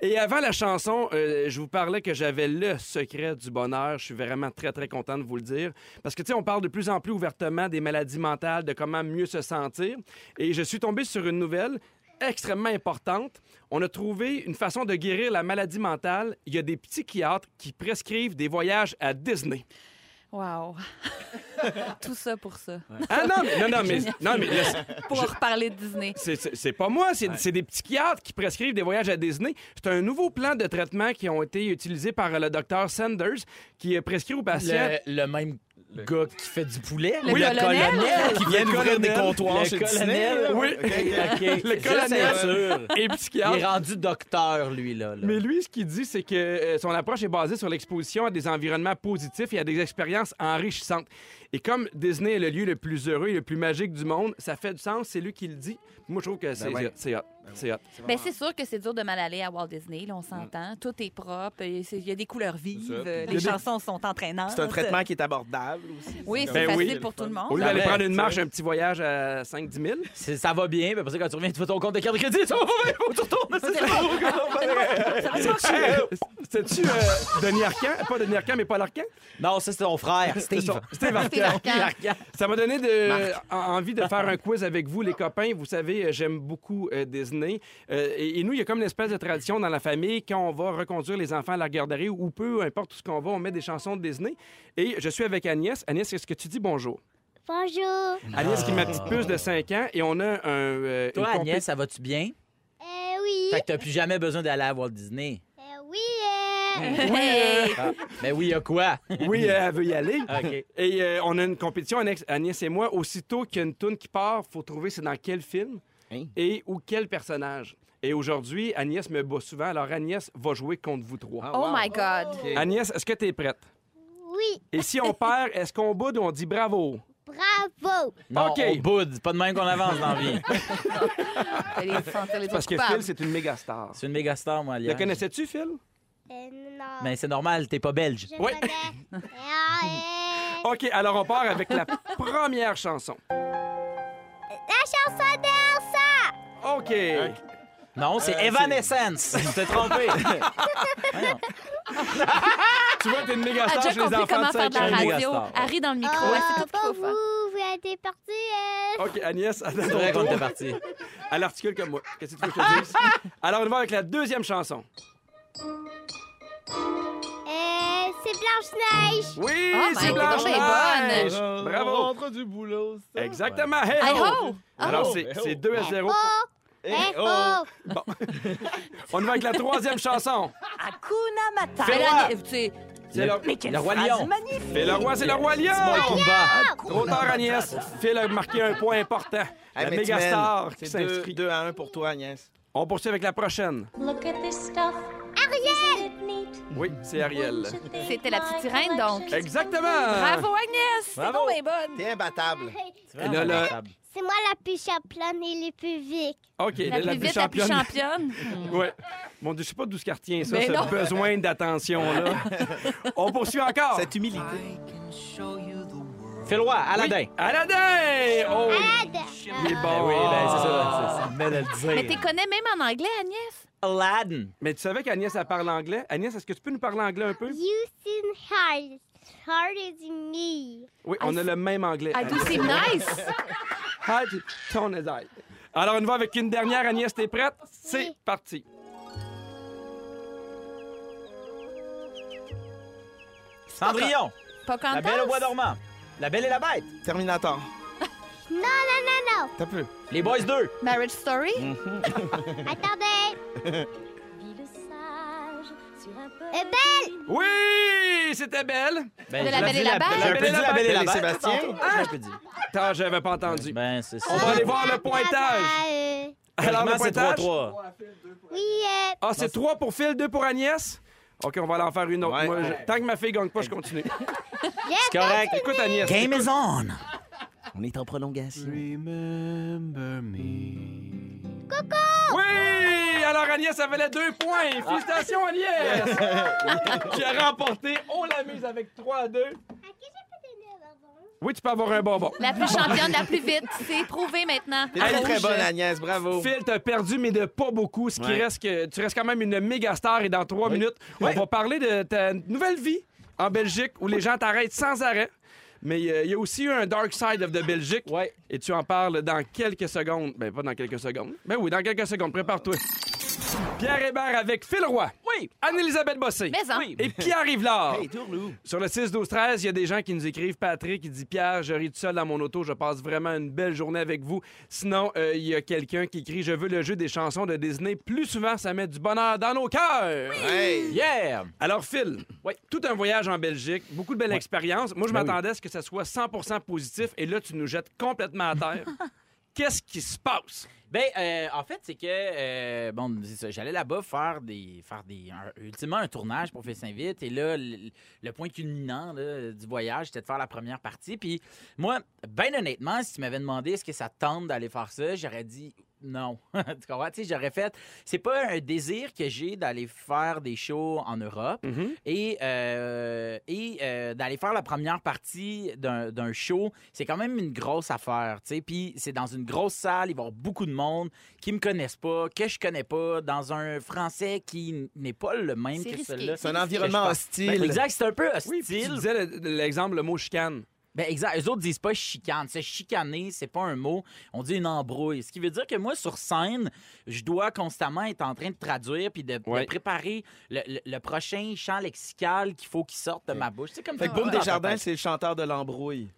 S2: Et avant la chanson, euh, je vous parlais que j'avais le secret du bonheur. Je suis vraiment très, très content de vous le dire. Parce que, tu sais, on parle de plus en plus ouvertement des maladies mentales, de comment mieux se sentir. Et je suis tombé sur une nouvelle extrêmement importante. On a trouvé une façon de guérir la maladie mentale. Il y a des psychiatres qui prescrivent des voyages à Disney.
S6: Wow. Tout ça pour ça.
S2: Ah non, mais, non, non, mais, non, mais là,
S6: Pour reparler de Disney.
S2: c'est- c'est c'est pas moi, c'est c'est des psychiatres qui prescrivent des voyages à Disney. C'est un nouveau plan de traitement qui ont été utilisés par euh, le docteur Sanders, qui euh, prescrit aux patients...
S1: même gars qui fait du poulet,
S6: Le le colonel. colonel
S1: qui
S3: vient d'ouvrir des comptoirs
S1: le
S3: chez Disney,
S1: colonel.
S3: là.
S2: Oui.
S3: OK, OK.
S2: Le colonel. Et
S1: Il est
S2: psychiatre.
S1: rendu docteur, lui, là. là.
S2: Mais lui, ce qu'il dit, c'est que euh, son approche est basée sur l'exposition à des environnements positifs et à des expériences enrichissantes. Et comme Disney est le lieu le plus heureux et le plus magique du monde, ça fait du sens, c'est lui qui le dit. Moi, je trouve que c'est
S3: ouais.
S2: c'est hot. C'est hot.
S6: Ben, c'est sûr que c'est dur de mal aller à Walt Disney, là, on s'entend. Tout est propre, il y a- il y a des couleurs vives,
S3: ça.
S6: euh,
S2: Il y a
S6: les
S2: des-
S6: chansons sont entraînantes.
S3: C'est un traitement qui est abordable aussi.
S6: Ah, Oui, c'est
S2: Ben
S6: facile
S2: oui.
S6: pour tout le
S2: Au
S6: monde.
S2: lieu d'aller
S1: Arrête,
S2: prendre une
S1: tu
S2: marche,
S1: sais.
S2: un petit voyage à 5-10 000.
S1: C'est- Ça va bien, puis après ça, quand tu reviens, tu fais ton compte de carte de crédit, tu vas tu retournes. c'est ça.
S2: C'était-tu euh, Denis Arcan? Pas Denis Arcan, mais Paul Arcan?
S1: Non, ça, c'est ton frère, Steve.
S2: Son- Steve Arcan. Ça m'a donné de, en- envie de faire un quiz avec vous, les copains. Vous savez, euh, j'aime beaucoup euh, Disney. Euh, et, et nous, il y a comme une espèce de tradition dans la famille. Quand on va reconduire les enfants à la garderie ou peu importe où ce qu'on va, on met des chansons de Disney. Et je suis avec Agnès. Agnès, est-ce que tu dis bonjour?
S8: Bonjour.
S2: Agnès, qui est ma petite puce de 5 ans. Et on a un... euh,
S1: Ah. Toi,
S2: une compé-
S1: Agnès, ça va-tu bien?
S8: Eh oui.
S1: Fait que t'as plus jamais besoin d'aller à Walt Disney.
S8: Eh oui. eh.
S6: Mm. Hey!
S1: Mais oui, il y a quoi?
S2: Oui, euh, elle veut y aller.
S1: OK.
S2: Et euh, on a une compétition, Annex- Agnès et moi. Aussitôt qu'il y a une toune qui part, faut trouver c'est dans quel film
S3: Hein?
S2: et ou quel personnage. Et aujourd'hui, Agnès me bat souvent, alors Agnès va jouer contre vous
S1: Ah,
S2: trois.
S6: Oh my God!
S2: Agnès, est-ce que tu es prête?
S8: Oui.
S2: Et si on perd, est-ce qu'on boude ou on dit bravo?
S8: Bravo.
S1: Non,
S2: OK.
S1: on boude. C'est pas de même qu'on avance dans la vie.
S6: Allez, vous sentir les
S2: Parce
S6: autres
S2: que
S6: coupables.
S2: Phil, c'est une méga star.
S1: C'est une méga star, moi,
S2: Le
S1: Liège.
S2: connaissais-tu, Phil?
S8: Eh non.
S1: Mais c'est normal, t'es pas belge.
S8: Je
S2: Ouais.
S8: connais. Eh, ah, eh.
S2: OK, alors on part avec la première chanson.
S8: La chanson d'Elsa.
S2: OK.
S1: Non, c'est Evanescence. Tu t'es trompé. Voyons.
S2: Tu vois, t'es une méga
S6: Elle a
S2: star
S6: déjà
S2: chez les
S6: compris
S2: enfants
S6: comment
S2: de
S6: faire de la
S2: 5
S1: ans.
S6: radio.
S1: Mégastar.
S6: Elle rit dans le micro,
S8: Oh,
S6: elle sait tout ce qu'il
S8: pas
S6: faut
S8: vous.
S6: faire.
S8: Vous êtes des parties. eh.
S2: OK, Agnès, à ton
S1: C'est vrai qu'on
S2: tour.
S1: était parti.
S2: Elle articule comme moi. Qu'est-ce que tu veux que je te dise? Alors, on va avec la deuxième chanson.
S8: Eh, C'est Blanche-Neige.
S2: Oui,
S6: Oh,
S2: c'est
S6: ben, elle est
S2: Blanche-Neige!
S3: bonne.
S2: Bravo!
S3: Rentre du boulot. ça.
S2: Exactement! Hey,
S6: Hey
S2: ho!
S6: ho! Oh.
S2: Alors, c'est, c'est 2 à 0.
S8: Oh.
S3: Eh,
S8: Eh
S3: oh.
S8: oh.
S2: On y va avec la troisième chanson.
S7: Hakuna Matata.
S6: Mais là, tu sais,
S2: C'est le,
S7: Mais quelle
S1: Le roi
S7: phrase
S1: lion.
S7: magnifique.
S2: Fais le roi, c'est le roi lion!
S1: Oh, Combat.
S2: Trop tard, Agnès. Phil a marqué un point important.
S3: Hey,
S2: La
S3: mais
S2: méga
S3: tu mènes.
S2: star qui
S3: C'est 2,
S2: s'inscrit.
S3: à 1 pour toi, Agnès.
S2: On poursuit avec la prochaine.
S9: Look at this stuff. Isn't
S8: Ariel.
S9: it neat?
S2: Oui, c'est Ariel.
S6: C'était la petite sirène, donc.
S2: Exactement!
S6: Bravo, Agnès! C'est
S1: Bravo.
S6: donc bien bonne.
S3: T'es imbattable.
S1: C'est vraiment
S2: là, là-
S1: remarquable.
S8: C'est moi la plus chaplonne et les plus vite.
S2: OK,
S6: La, plus vite, la plus championne.
S2: Ouais. Mon Dieu, je sais pas d'où ce quartier, ça,
S6: Mais
S2: ce
S6: non.
S2: besoin d'attention-là. On poursuit encore.
S3: Cette humilité.
S1: Fais le roi, Aladdin.
S2: Aladdin! Oh,
S8: Aide!
S2: il est
S1: Ben
S2: bon.
S1: oui, ben, c'est ça, ça, ça me met de le dire.
S6: Mais t'es connais même en anglais, Agnès?
S1: Aladdin.
S2: Mais tu savais qu'Agnès, elle parle anglais. Agnès, est-ce que tu peux nous parler anglais un peu?
S8: You seem hard. Hard as me.
S2: Oui, on a le même anglais.
S6: I do seem Ah, nice.
S2: Ah, tu- ton oreille. Alors, on va avec une dernière. Agnès, t'es prête? C'est
S8: Oui.
S2: parti.
S1: Cendrillon.
S6: Pas
S1: La belle au bois
S6: contente?
S1: dormant. La belle et la bête.
S3: Terminator.
S8: Non, non, non,
S3: T'as peu.
S1: Les boys 2.
S6: Marriage Story?
S1: Mm.
S8: non. Attendez. Eh belle!
S2: Oui! C'était belle.
S1: Ben,
S6: De
S1: je
S6: la
S1: l'ai
S6: Belle et
S1: dit,
S6: la Bête.
S1: J'aurais pu dire la belle et la bête.
S3: Sébastien.
S1: Ah, je peux dire.
S2: Attends, j'avais pas entendu.
S1: Ben, c'est ça.
S2: On va aller voir le pointage.
S8: Euh,
S2: Alors,
S1: Heureusement,
S2: le
S1: c'est
S2: pointage.
S1: 3-3.
S8: oui, euh,
S2: Ah, c'est trois pour Phil, deux pour Agnès. OK, on va aller en faire une autre.
S3: Ouais.
S2: Moi, je- Tant que ma fille gagne pas, je continue.
S1: C'est correct.
S2: Écoute, Agnès.
S1: Game is on.
S3: On est en prolongation.
S2: Oui! Alors, Agnès, ça valait deux points. Félicitations, Agnès! Qui a remporté on la mise avec 3 à 2. Oui, tu peux avoir un bonbon.
S6: La plus championne, la plus vite. C'est prouvé maintenant.
S3: T'es très,
S2: Rouge.
S3: très bonne, Agnès. Bravo.
S2: Phil, t'as perdu, mais de pas beaucoup. Ce qui
S3: Ouais.
S2: reste que tu restes quand même une méga star. Et dans trois minutes, on va parler de ta nouvelle vie en Belgique où les gens t'arrêtent sans arrêt. Mais euh, il y a aussi eu un Dark Side of the Belgique.
S1: Ouais.
S2: Et tu en parles dans quelques secondes. Ben, pas dans quelques secondes. Ben oui, dans quelques secondes. Prépare-toi. Pierre Hébert avec Phil Roy.
S1: Oui.
S2: Anne-Elisabeth Bossé.
S6: Mais en.
S2: Et Pierre Rivlard.
S3: Hey, Tourlou.
S2: Sur le 6-12-13, il y a des gens qui nous écrivent. Patrick, il dit Pierre, je ris tout seul dans mon auto, je passe vraiment une belle journée avec vous. Sinon, euh, il y a quelqu'un qui écrit Je veux le jeu des chansons de Disney. Plus souvent, ça met du bonheur dans nos cœurs.
S3: Hey.
S1: Yeah.
S2: Alors, Phil, tout un voyage en Belgique, beaucoup de belles expériences. Moi, je
S6: Ben
S2: m'attendais à ce que ça soit 100 positif et là, tu nous jettes complètement à terre. Qu'est-ce qui se passe?
S1: Ben, euh, en fait, c'est que, euh, bon, c'est ça, j'allais là-bas faire des, faire des, un- ultimement un tournage pour Fais Saint-Vite. Et là, le, le point culminant là, du voyage, c'était de faire la première partie. Puis moi, ben honnêtement, si tu m'avais demandé est-ce que ça te tente d'aller faire ça, j'aurais dit non. tu comprends? Tu sais, j'aurais fait. C'est pas un désir que j'ai d'aller faire des shows en Europe
S6: Mhm.
S1: et, euh, et euh, d'aller faire la première partie d'un d'un show, c'est quand même une grosse affaire, tu sais. Puis c'est dans une grosse salle, il va y avoir beaucoup de monde qui me connaissent pas, que je connais pas, dans un français qui n'est pas le même
S6: C'est
S1: que
S6: risqué.
S1: celui-là.
S3: C'est un environnement hostile.
S1: Ben, exact, c'est un peu hostile.
S2: Oui, puis tu disais le- l'exemple, le mot chicane.
S1: Ben exact, les autres disent pas chicane, se chicaner, c'est pas un mot, on dit une embrouille. Ce qui veut dire que moi sur scène, je dois constamment être en train de traduire puis de, de
S2: Ouais.
S1: préparer le, le- le prochain chant lexical qu'il faut qu'il sorte de ma bouche. C'est comme
S3: Fait que
S1: ça.
S3: Boum
S1: Dans ta
S3: Desjardins,
S1: tête.
S3: c'est le chanteur de l'embrouille.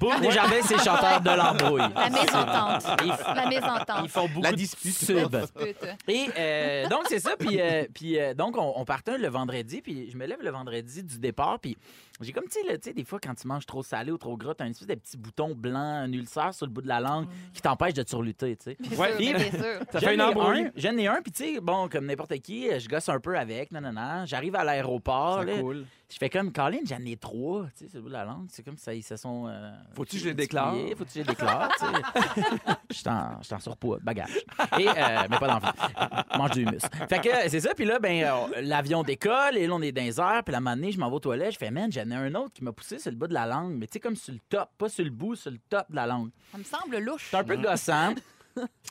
S1: Boum Desjardins, c'est le chanteur de l'embrouille.
S6: La mésentente.
S1: Ils, f-
S6: La
S1: ils
S6: mésentente.
S1: font beaucoup
S3: La
S1: de
S3: dispute.
S1: sub.
S6: Pute.
S1: Et euh, donc, c'est ça. Puis, euh, puis euh, donc, on, on partait le vendredi. Puis, je me lève le vendredi du départ. Puis, j'ai comme, tu sais, là, tu sais, des fois, quand tu manges trop salé ou trop gras, t'as une espèce de petit bouton blanc, un ulcère sur le bout de la langue qui t'empêche de te surluter, tu sais.
S2: Ouais.
S6: Bien sûr, bien sûr.
S2: Ça fait une
S1: J'en ai
S2: embrouille.
S1: un, J'en ai un, puis tu sais, bon, comme n'importe qui, je gosse un peu avec, non, non, non. J'arrive à l'aéroport, là,
S3: cool.
S1: je fais comme, Colin, j'en ai trois, tu sais, c'est le bout de la langue. C'est comme ça, ils se sont. euh,
S2: Faut-tu que je les déclare?
S1: multipliés, Faut-tu que je les déclare, tu sais. Je suis en- je suis en surpoids, de bagage. Et, euh, mais pas d'enfant. Mange du humus. Fait que euh, c'est ça, puis là, ben, euh, l'avion décolle, et là, on est dans les airs, puis la moment donné, je m'en vais aux toilettes, je fais, man, j'en ai un autre qui m'a poussé sur le bas de la langue, mais tu sais, comme sur le top, pas sur le bout, sur le top de la langue.
S6: Ça me semble louche.
S1: C'est un peu
S2: Mm.
S1: gossant.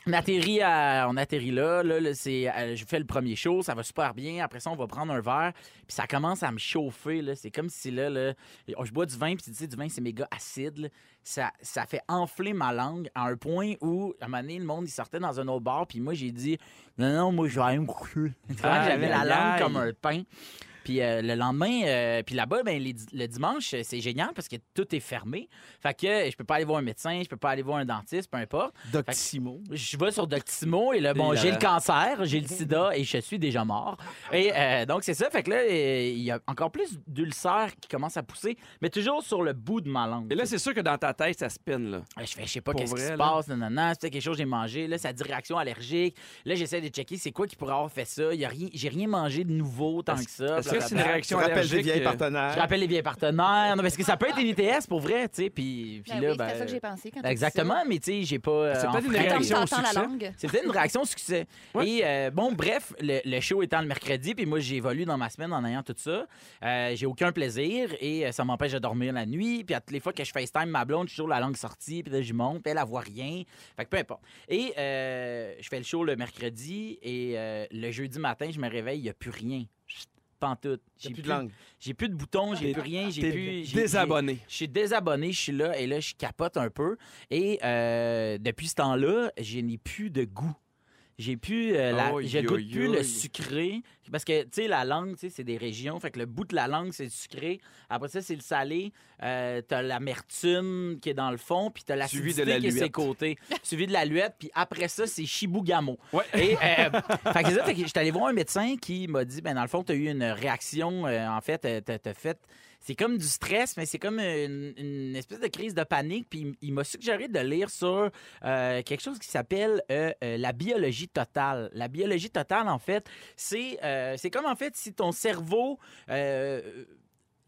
S1: On atterrit, à- on atterrit là, là, là, c'est, euh, je fais le premier show, ça va super bien. Après ça, on va prendre un verre, puis ça commence à me chauffer. Là. C'est comme si là, là, oh, je bois du vin, puis tu sais, du vin, c'est méga acide. là. Ça, ça fait enfler ma langue à un point où, à un moment donné, le monde, il sortait dans un autre bar, puis moi, j'ai dit, non, non, moi, je vais aller me coucher. Tu vois,
S2: Aïe,
S1: J'avais la
S2: aïe,
S1: langue
S2: aïe.
S1: comme un pain. Puis euh, le lendemain, euh, puis là-bas, ben, les di- le dimanche, euh, c'est génial parce que tout est fermé. Fait que euh, je peux pas aller voir un médecin, je peux pas aller voir un dentiste, peu importe.
S3: Doctissimo.
S1: Je vais sur Doctissimo et là, bon,
S2: Et euh, là
S1: j'ai
S2: là.
S1: le cancer, j'ai le sida et je suis déjà mort. Et euh, donc, c'est ça. Fait que là, euh, il y a encore plus d'ulcères qui commencent à pousser, mais toujours sur le bout de ma langue.
S2: Et là, c'est sûr que dans ta tête, ça spinne, là.
S1: Euh, Je fais, je sais pas
S2: Pour
S1: qu'est-ce qui
S2: vrai,
S1: se
S2: là?
S1: passe, non, non, non, c'est peut-être quelque chose que j'ai mangé, là, ça dit réaction allergique. Là, j'essaie de checker c'est quoi qui pourrait avoir fait ça. Il y a rien, j'ai rien mangé de nouveau tant que ça.
S6: Ah,
S2: Est-ce que c'est une
S3: Tu
S2: réaction
S3: rappelles des
S2: allergique?
S3: vieilles
S2: euh,
S1: Je
S3: partenaires.
S1: rappelle les vieilles partenaires. Non, parce que ça peut être une ITS pour vrai, tu sais. Puis, puis
S6: Ben
S1: là,
S6: oui,
S1: ben,
S6: c'est à ça que j'ai pensé quand t'as dit
S1: Exactement, mais tu sais, j'ai pas. euh,
S2: C'est
S1: en
S2: peut-être une
S1: frais.
S6: ça. Attends,
S2: réaction au
S6: t'entends la
S2: succès.
S6: langue.
S1: C'était une réaction au succès.
S2: Ouais.
S1: Et euh, bon, bref, le, le show étant le mercredi, puis moi, j'évolue dans ma semaine en ayant tout ça. Euh, j'ai aucun plaisir et euh, ça m'empêche de dormir la nuit. Puis à toutes les fois que je FaceTime ma blonde, je suis toujours la langue sortie, puis là, je monte, puis elle, elle voit rien. Fait que peu importe. Et euh, je fais le show le mercredi et euh, le jeudi matin, je me réveille, il n'y a plus rien. Chut, Pantoute.
S3: J'ai plus de langue.
S1: J'ai plus de boutons, j'ai
S2: T'es-
S1: plus rien, j'ai
S2: T'es
S1: plus. j'ai-
S2: désabonné.
S1: j'ai- Je suis désabonné, je suis là et là, je capote un peu. Et euh, depuis ce temps-là, je n'ai plus de goût. J'ai plus euh, la,
S2: Oh,
S1: je
S2: yo,
S1: goûte plus
S2: yo.
S1: le sucré parce que tu sais la langue, tu sais, c'est des régions, fait que le bout de la langue c'est le sucré. Après ça c'est le salé, euh, t'as l'amertume qui est dans le fond, puis t'as
S2: Suivi de
S1: l'acidité
S2: la
S1: qui est ses
S2: luette.
S1: côtés, suivi de la luette, puis après ça c'est chibougamau.
S2: Ouais.
S1: Et, euh, fait que c'est ça, fait que j'étais allé voir un médecin qui m'a dit, ben dans le fond, t'as eu une réaction, euh, en fait, euh, t'as t'as fait... C'est comme du stress, mais c'est comme une, une espèce de crise de panique. Puis il- il m'a suggéré de lire sur euh, quelque chose qui s'appelle euh, euh, la biologie totale. La biologie totale, en fait, c'est euh, c'est comme, en fait, si ton cerveau... euh,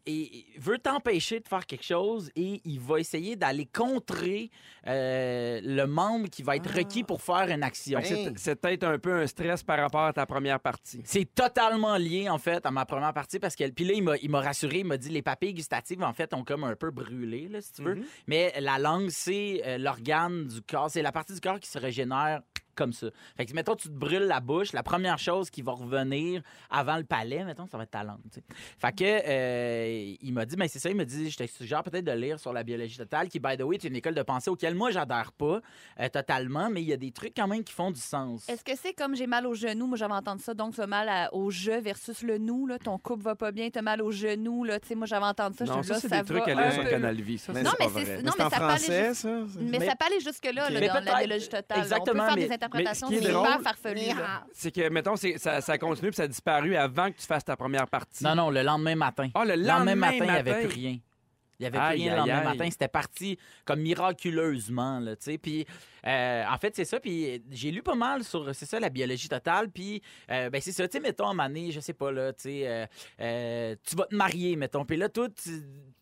S1: et et veut t'empêcher de faire quelque chose et il va essayer d'aller contrer euh, le membre qui va être requis pour faire une action.
S2: Fait que c'est- C'est peut-être un peu un stress par rapport à ta première partie.
S1: C'est totalement lié, en fait, à ma première partie parce que. Puis là, il m'a- il m'a rassuré, il m'a dit les papilles gustatives, en fait, ont comme un peu brûlé, là, si tu veux. Mais la langue, c'est euh, l'organe du corps, c'est la partie du corps qui se régénère comme ça. Fait que, mettons, tu te brûles la bouche, la première chose qui va revenir avant le palais, mettons, ça va être ta langue, tu sais. Fait que, euh, il m'a dit, mais c'est ça, il m'a dit, je te suggère peut-être de lire sur la biologie totale, qui, by the way, est une école de pensée auquel moi, j'adhère pas euh, totalement, mais il y a des trucs quand même qui font du sens.
S6: Est-ce que c'est comme j'ai mal au genou? Moi, j'avais entendu ça. Donc, tu as mal à- au jeu versus le nous. Là. Ton couple va pas bien, tu as mal au genou. Là. Tu sais, Moi, j'avais entendu ça. Je
S2: non,
S6: suis
S2: ça,
S6: là,
S2: c'est
S6: ça
S2: des trucs
S6: va
S2: à
S6: un
S2: lire sur
S6: peu.
S2: Canal Vie. Ça,
S6: Mais
S2: c'est-
S6: non,
S3: pas
S6: mais c'est-
S3: vrai.
S6: non,
S3: c'est
S6: mais
S3: en
S6: ça parlait
S3: français,
S6: juste-
S3: ça?
S6: Mais, ça peut aller jusque-là, là,
S1: Mais
S6: dans la
S1: peut-être-
S6: biologie totale. On
S1: Exactement,
S6: peut faire
S1: mais-
S6: des interprétations
S2: mais ce qui est
S6: super
S2: drôle-
S6: farfelues. là.
S2: C'est que, mettons, c'est- ça, ça continue puis ça a disparu avant que tu fasses ta première partie.
S1: Non, non, le lendemain matin.
S2: Ah, le
S1: Le
S2: lendemain,
S1: lendemain matin, il n'y avait plus rien. Il n'y avait plus
S2: Aïe,
S1: rien le
S2: aïe,
S1: lendemain
S2: aïe.
S1: matin. C'était parti comme miraculeusement, là, tu sais. Puis, euh, en fait, c'est ça. Puis, j'ai lu pas mal sur, c'est ça, la biologie totale. Puis, euh, ben, c'est ça. Tu sais, mettons, à un moment donné, je sais pas, là, tu sais, euh, euh, tu vas te marier, mettons. Puis là, toi, tu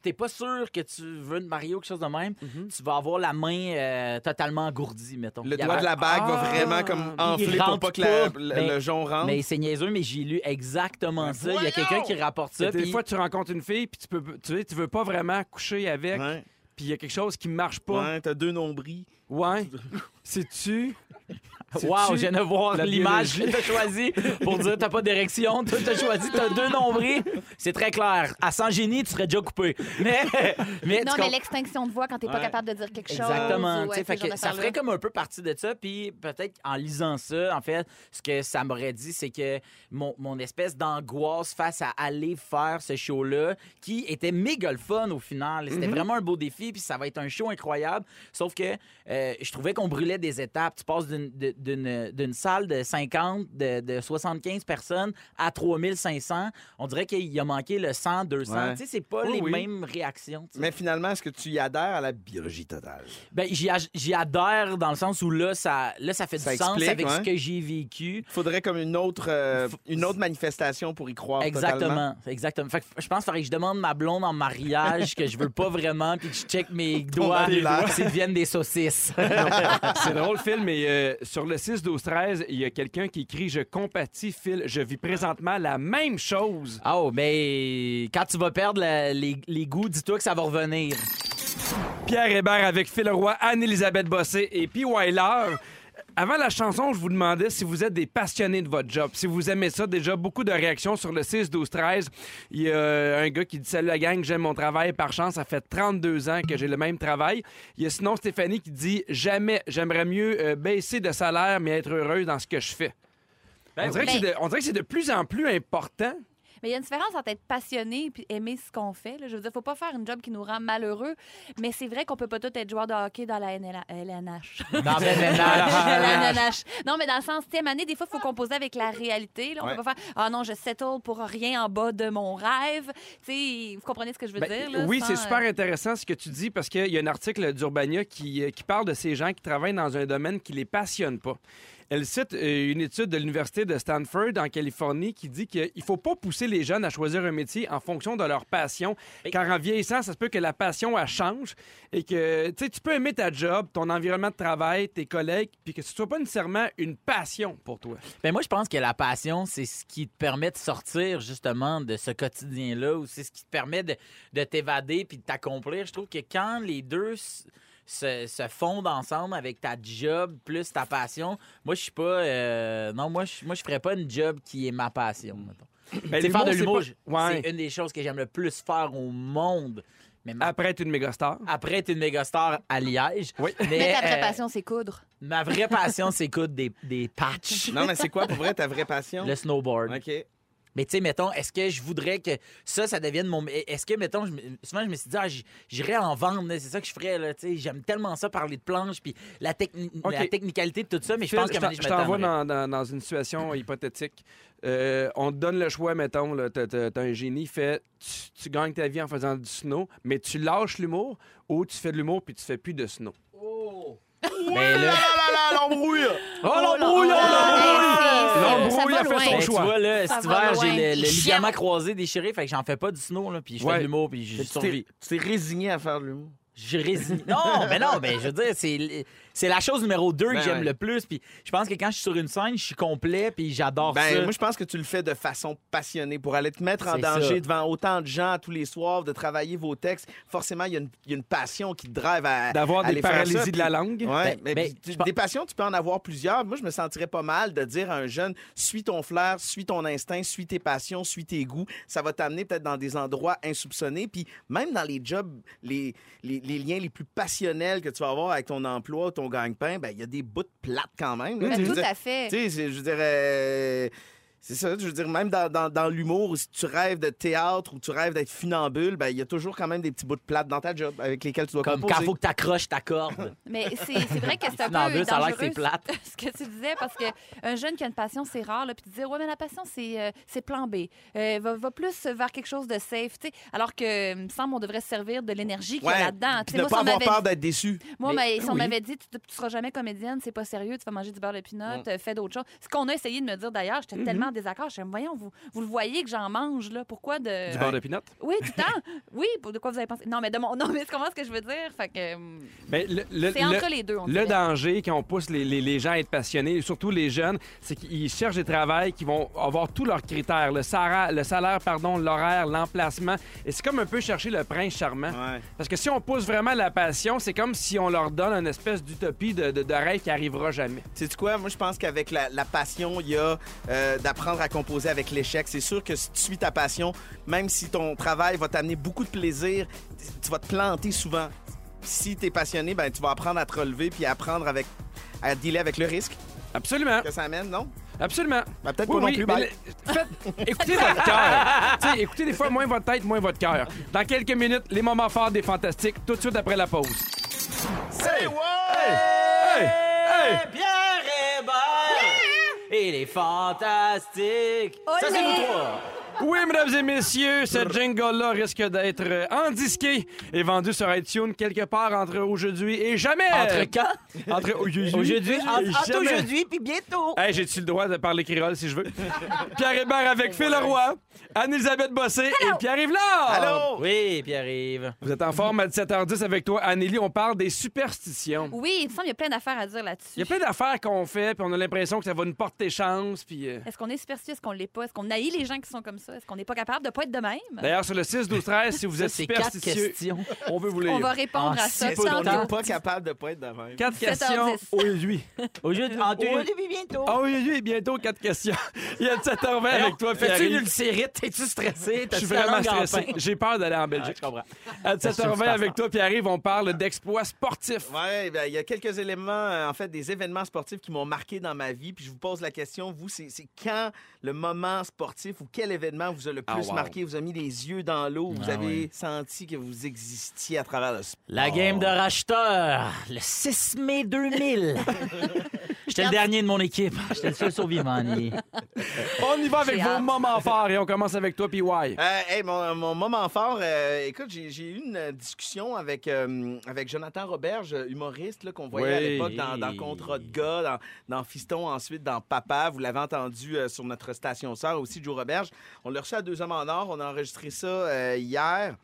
S1: t'es pas sûr que tu veux te marier ou quelque chose de même.
S2: Mhm.
S1: Tu vas avoir la main euh, totalement engourdie, mettons.
S3: Le
S1: Il y
S3: doigt
S1: avait-
S3: de la bague va
S2: Ah!
S3: vraiment comme enfler
S1: rentre
S3: pour pas que la-
S1: pas,
S3: le,
S1: mais-
S3: le jonc rentre.
S1: Mais c'est niaiseux, mais j'ai lu exactement ça. Il y a quelqu'un qui rapporte ça.
S2: Des
S1: puis-
S2: fois, tu rencontres une fille puis tu peux, tu sais, tu veux pas vraiment coucher avec,
S3: Ouais,
S2: puis il y a quelque chose qui marche pas.
S3: ouais, t'as deux nombris.
S2: Ouais. C'est-tu?
S1: Wow,
S2: C'est-tu
S1: je viens de voir
S2: la
S1: l'image que
S2: biologie?
S1: t'as choisie pour dire t'as pas d'érection, toi t'as choisi, t'as deux nombrils. C'est très clair. À 100 génie, tu serais déjà coupé. Mais, mais, tu
S6: Non,
S1: comprends-
S6: mais l'extinction de voix quand t'es pas
S3: Ouais.
S6: capable de dire quelque chose.
S1: Exactement.
S6: ou,
S1: tu
S6: ouais,
S1: sais,
S6: ce
S1: fait
S6: genre
S1: que ça
S6: d'affaires-là.
S1: ferait comme un peu partie de ça. Puis peut-être en lisant ça, en fait, ce que ça m'aurait dit, c'est que mon, mon espèce d'angoisse face à aller faire ce show-là, qui était méga le fun au final.
S6: Mm-hmm.
S1: C'était vraiment un beau défi, puis ça va être un show incroyable. Sauf que euh, je trouvais qu'on brûlait des étapes. Tu passes d'une- de- d'une d'une salle de 50, de, de 75 personnes à 3500. On dirait qu'il a manqué le 100, 200.
S3: Ouais.
S1: Tu sais, c'est pas
S2: Oui,
S1: les
S2: oui.
S1: mêmes réactions. tu sais.
S3: Mais finalement, est-ce que tu y adhères à la biologie totale?
S1: Ben, j'y, a- j'y adhère dans le sens où là, ça, là, ça fait
S3: Ça
S1: du sens
S3: explique,
S1: avec ce
S3: ouais.
S1: que j'ai vécu.
S3: Faudrait comme une autre, euh, une autre manifestation pour y croire Ah, totalement.
S1: Exactement, exactement. Fait que je pense qu'il faudrait que je demande ma blonde en mariage que je veux pas vraiment, puis que je check mes doigts,
S3: les doigts.
S1: s'ils deviennent des saucisses.
S2: C'est drôle, Phil, mais euh, sur le 6-12-13, il y a quelqu'un qui écrit « Je compatis, Phil, je vis présentement la même chose
S1: oh, mais quand tu vas perdre la- les, les goûts, dis-toi que ça va revenir. ».
S2: Pierre Hébert avec Phil Roy, Anne-Élisabeth Bossé et P. Wyler. Avant la chanson, je vous demandais si vous êtes des passionnés de votre job, si vous aimez ça. Déjà, beaucoup de réactions sur le 6-12-13. Il y a euh, un gars qui dit « Salut la gang, j'aime mon travail. Par chance, ça fait 32 ans que j'ai le même travail. » Il y a sinon Stéphanie qui dit « Jamais, j'aimerais mieux euh, baisser de salaire, mais être heureuse dans ce que je fais. » on, dirait que
S6: oui.
S2: c'est de- on dirait que c'est de plus en plus important.
S6: Mais il y a une différence entre être passionné et aimer ce qu'on fait. là. Je veux dire, faut pas faire une job qui nous rend malheureux, mais c'est vrai qu'on peut pas tous être joueur de hockey dans la NLA LNH.
S1: Non, mais, mais,
S6: Ah, La
S1: mais-
S6: NNH. Non, mais dans le sens, tu sais, Mané, des fois, il faut composer avec la réalité. là. On
S3: Ouais.
S6: peut pas faire Ah non, je settle pour rien en bas de mon rêve. Tu sais, vous comprenez ce que je veux
S2: Ben,
S6: dire? là,
S2: oui,
S6: sans,
S2: c'est super
S6: euh,
S2: intéressant ce que tu dis parce qu'il y a un article d'Urbania qui, euh, qui parle de ces gens qui travaillent dans un domaine qui les passionne pas. Elle cite euh, une étude de l'Université de Stanford en Californie qui dit qu'il ne faut pas pousser les jeunes à choisir un métier en fonction de leur passion, car en vieillissant, ça se peut que la passion, elle change et que tu sais, tu peux aimer ta job, ton environnement de travail, tes collègues, puis que ce soit pas nécessairement une passion pour toi.
S1: Ben moi, je pense que la passion, c'est ce qui te permet de sortir justement de ce quotidien-là ou c'est ce qui te permet de, de t'évader puis de t'accomplir. Je trouve que quand les deux s- se, se fondent ensemble avec ta job plus ta passion, moi, je suis pas. euh, non, moi, je moi, je ferais pas une job qui est ma passion. mettons.
S2: Ben,
S1: Tu sais, faire de l'humour,
S2: l'humour, c'est
S1: je-
S2: pas- ouais.
S1: c'est une des choses que j'aime le plus faire au monde. Mais ma-
S2: Après être une méga star.
S1: après, t'es une méga star à Liège.
S2: Ah. Oui.
S6: Mais ta vraie
S1: euh,
S6: passion, c'est coudre.
S1: ma vraie passion, c'est coudre des, des patchs.
S3: Non, mais c'est quoi pour vrai ta vraie passion?
S1: Le snowboard.
S3: OK.
S1: Mais tu sais, mettons, est-ce que je voudrais que ça, ça devienne mon. Est-ce que, mettons, je me- souvent, je me suis dit, ah, j- j'irais en vendre, là, c'est ça que je ferais, là. Tu sais, j'aime tellement ça, parler de planche, puis la, techni-
S2: OK.
S1: la technicalité de tout ça, mais je
S2: Phil,
S1: pense qu'à un moment donné,
S2: t'en-
S1: je
S2: je t'envoie
S1: m'attendrais.
S2: dans, dans- dans une situation hypothétique. Euh, on te donne le choix, mettons, là, t'as, t'as- t'as un génie, fait, tu, tu gagnes ta vie en faisant du snow, mais tu lâches l'humour ou tu fais de l'humour puis tu fais plus de snow.
S1: Ben
S3: Ah
S1: là,
S2: Oh, l'embrouille!
S1: oh
S2: l'embrouille!
S6: Hey, eh, c'est-
S2: L'embrouille
S6: ça va
S2: a fait
S6: loin.
S2: son
S1: hey, Ben, tu
S2: choix.
S1: vois, là,
S6: Ça
S1: cet
S6: va
S1: hiver,
S6: loin.
S1: j'ai le,
S6: Il
S1: le
S6: chiale.
S1: ligament croisé déchiré, fait que j'en fais pas du snow, là, puis je fais
S2: Ouais.
S1: de l'humour, puis je
S3: Tu
S1: survis.
S3: t'es- tu t'es résigné à faire de l'humour.
S1: Je résigne. Non, mais non, mais je veux dire, c'est, c'est la chose numéro deux
S3: Ben
S1: que j'aime
S3: ouais.
S1: le plus. Puis je pense que quand je suis sur une scène, je suis complet, puis j'adore
S3: Ben,
S1: ça.
S3: moi, je pense que tu le fais de façon passionnée pour aller te mettre en
S1: C'est
S3: danger
S1: ça.
S3: devant autant de gens tous les soirs, de travailler vos textes. Forcément, il y, a une- il y a une passion qui te drive à.
S2: D'avoir
S3: à aller
S2: des
S3: faire ça,
S2: paralysies de la
S3: puis-
S2: langue.
S3: Ouais,
S1: Ben,
S3: mais
S1: ben,
S3: puis tu-
S1: je pense-
S3: des passions, tu peux en avoir plusieurs. Moi, je me sentirais pas mal de dire à un jeune suis ton flair, suis ton instinct, suis tes passions, suis tes goûts. Ça va t'amener peut-être dans des endroits insoupçonnés. Puis même dans les jobs, les, les, les liens les plus passionnels que tu vas avoir avec ton emploi ou ton gagne-pain, ben, il y a des bouts de plate quand même. là.
S6: Ben,
S3: Tu veux
S6: tout
S3: dire-
S6: à fait.
S3: tu sais, c'est- je veux dire, euh, c'est ça, je veux dire, même dans, dans- dans l'humour, si tu rêves de théâtre ou tu rêves d'être funambule, ben, il y a toujours quand même des petits bouts de plate dans ta job avec lesquels tu dois
S1: Comme quand
S3: composer.
S1: faut que t'accroches ta corde.
S6: Mais c'est c'est vrai que c'est un peu
S1: funambules,
S6: dangereux
S1: ça a l'air que c'est plate.
S6: ce que tu disais, parce que un jeune qui a une passion, c'est rare. Là, puis tu disais, ouais, mais la passion, c'est euh, c'est plan B. Euh, va, va plus vers quelque chose de safe. tu sais. Alors que, euh, il me semble, on devrait se servir de l'énergie qu'il y a
S3: Ouais,
S6: là-dedans. Tu
S3: Puis
S6: sais,
S3: ne
S6: Moi, si
S3: pas
S6: on
S3: avoir
S6: m'avait
S3: peur d'être déçu.
S6: Moi, on
S1: Mais-
S6: m'avait- si on
S1: oui.
S6: m'avait dit, tu, tu seras jamais comédienne, c'est pas sérieux, tu vas manger du beurre de pinot, euh, fais d'autres choses. Ce qu'on a essayé de me dire d'ailleurs, j'étais
S2: Mm-hmm.
S6: tellement en désaccord. Je me voyons, vous, vous le voyez que j'en mange, là. Pourquoi de.
S2: Du bord de pinotte.
S6: Oui, du temps. Oui, pour- de quoi vous avez pensé? Non, mais de mon. Non, mais tu comprends ce que je veux dire? Fait que. hum,
S2: Ben, le- le-
S6: C'est entre
S2: le-
S6: les deux, on
S2: Le
S6: dirait.
S2: danger quand on pousse les, les- les gens à être passionnés, surtout les jeunes, c'est qu'ils cherchent des travails qui vont avoir tous leurs critères, le salaire, le salaire pardon, l'horaire, l'emplacement. Et c'est comme un peu chercher le prince charmant.
S3: Ouais.
S2: Parce que si on pousse vraiment la passion, c'est comme si on leur donne une espèce d'utopie de, de- de rêve qui arrivera jamais.
S3: Sais-tu quoi? Moi, je pense qu'avec la, la passion, il y a euh, d'apprendre à composer avec l'échec. C'est sûr que si tu suis ta passion, même si ton travail va t'amener beaucoup de plaisir, t- tu vas te planter souvent. Si tu es passionné, ben, tu vas apprendre à te relever puis apprendre avec, à dealer avec le risque
S2: Absolument,
S3: que ça amène, non?
S2: absolument.
S3: Ben, peut-être
S2: Oui,
S3: pas
S2: oui,
S3: non plus.
S2: mais
S3: bye.
S2: le- faites- écoutez votre cœur. Tu sais, Écoutez des fois moins votre tête, moins votre cœur. Dans quelques minutes, les moments forts des fantastiques, tout de suite après la pause.
S3: C'est
S2: Hey! Hey!
S1: Pierre Hébert et les fantastiques. Ça, c'est nous trois.
S2: Oui, mesdames et messieurs, ce jingle-là risque d'être euh, endisqué et vendu sur iTunes quelque part entre aujourd'hui et jamais.
S6: Euh,
S1: Entre quand?
S2: Entre aujourd'hui.
S1: Aujourd'hui, entre, entre
S2: Jamais.
S1: aujourd'hui puis bientôt.
S2: Hey, j'ai-tu le droit de parler créole si je veux? Pierre Hébert avec Phil Leroy, Anne-Elisabeth Bossé et Pierre-Yves Laure.
S3: Allô?
S1: Oui, Pierre-Yves.
S2: Vous êtes en forme à 17h10 avec toi, Anneli. On parle des superstitions.
S6: Oui, il me semble qu'il y a plein d'affaires à dire
S2: Il y
S6: là-dessus.
S2: a plein d'affaires qu'on fait, puis on a l'impression que ça va nous porter chance, puis... euh,
S6: Est-ce qu'on est superstitieux? Est-ce qu'on l'est pas? Est-ce qu'on haït les gens qui sont comme ça? Est-ce qu'on n'est pas capable de pas être de même?
S2: D'ailleurs, sur le 6-12-13, si vous
S1: Ça,
S2: êtes
S1: c'est quatre
S2: superstitieux,
S1: questions.
S2: on veut vous lire.
S6: On va répondre
S1: Ah,
S6: à ça
S1: c'est
S3: On n'est
S6: tantôt.
S3: pas capable de pas être de même.
S2: Quatre
S6: 17h10.
S2: questions aujourd'hui.
S1: Aujourd'hui, entre aujourd'hui.
S7: puis bientôt.
S2: Ah oui, oui, bientôt quatre questions. Il y a 7h20 avec toi,
S1: Fais-tu une
S2: Pierre.
S1: ulcérite? T'es-tu stressé?
S2: Je
S1: T'as-tu
S2: suis
S1: la
S2: vraiment
S1: langue en
S2: stressé.
S1: pain?
S2: J'ai peur d'aller en
S1: Ah,
S2: Belgique.
S1: je comprends.
S2: À
S1: C'est super
S2: 7h20 avec toi, Pierre-Yves, on parle d'exploits sportifs.
S3: Ouais, ben, il y a quelques éléments, euh, en fait, des événements sportifs qui m'ont marqué dans ma vie. Puis je vous pose la question, vous, c'est c'est quand le moment sportif ou quel événement vous a le plus
S2: Ah, wow.
S3: marqué, vous a mis les yeux dans l'eau, vous
S1: Ah,
S3: avez
S1: ouais.
S3: senti que vous existiez
S2: Oh.
S3: à travers le sport?
S1: La game de racheteur, le 6 mai 2000. J'étais le dernier de mon équipe. J'étais le seul survivant. Nelly.
S2: On y va avec
S6: J'ai
S2: vos
S6: hâte.
S2: moments forts et on commence avec toi, PY.
S3: Euh, hey, mon, mon moment fort, euh, écoute, j'ai j'ai eu une euh, discussion avec, euh, avec Jonathan Roberge, euh, humoriste là, qu'on voyait à
S2: Oui.
S3: l'époque dans, dans Contrat de gars, dans, dans Fiston, ensuite dans Papa. Vous l'avez entendu euh, sur notre station sœur aussi, Joe Roberge. On l'a reçu à Deux Hommes en Or. On a enregistré ça euh, hier.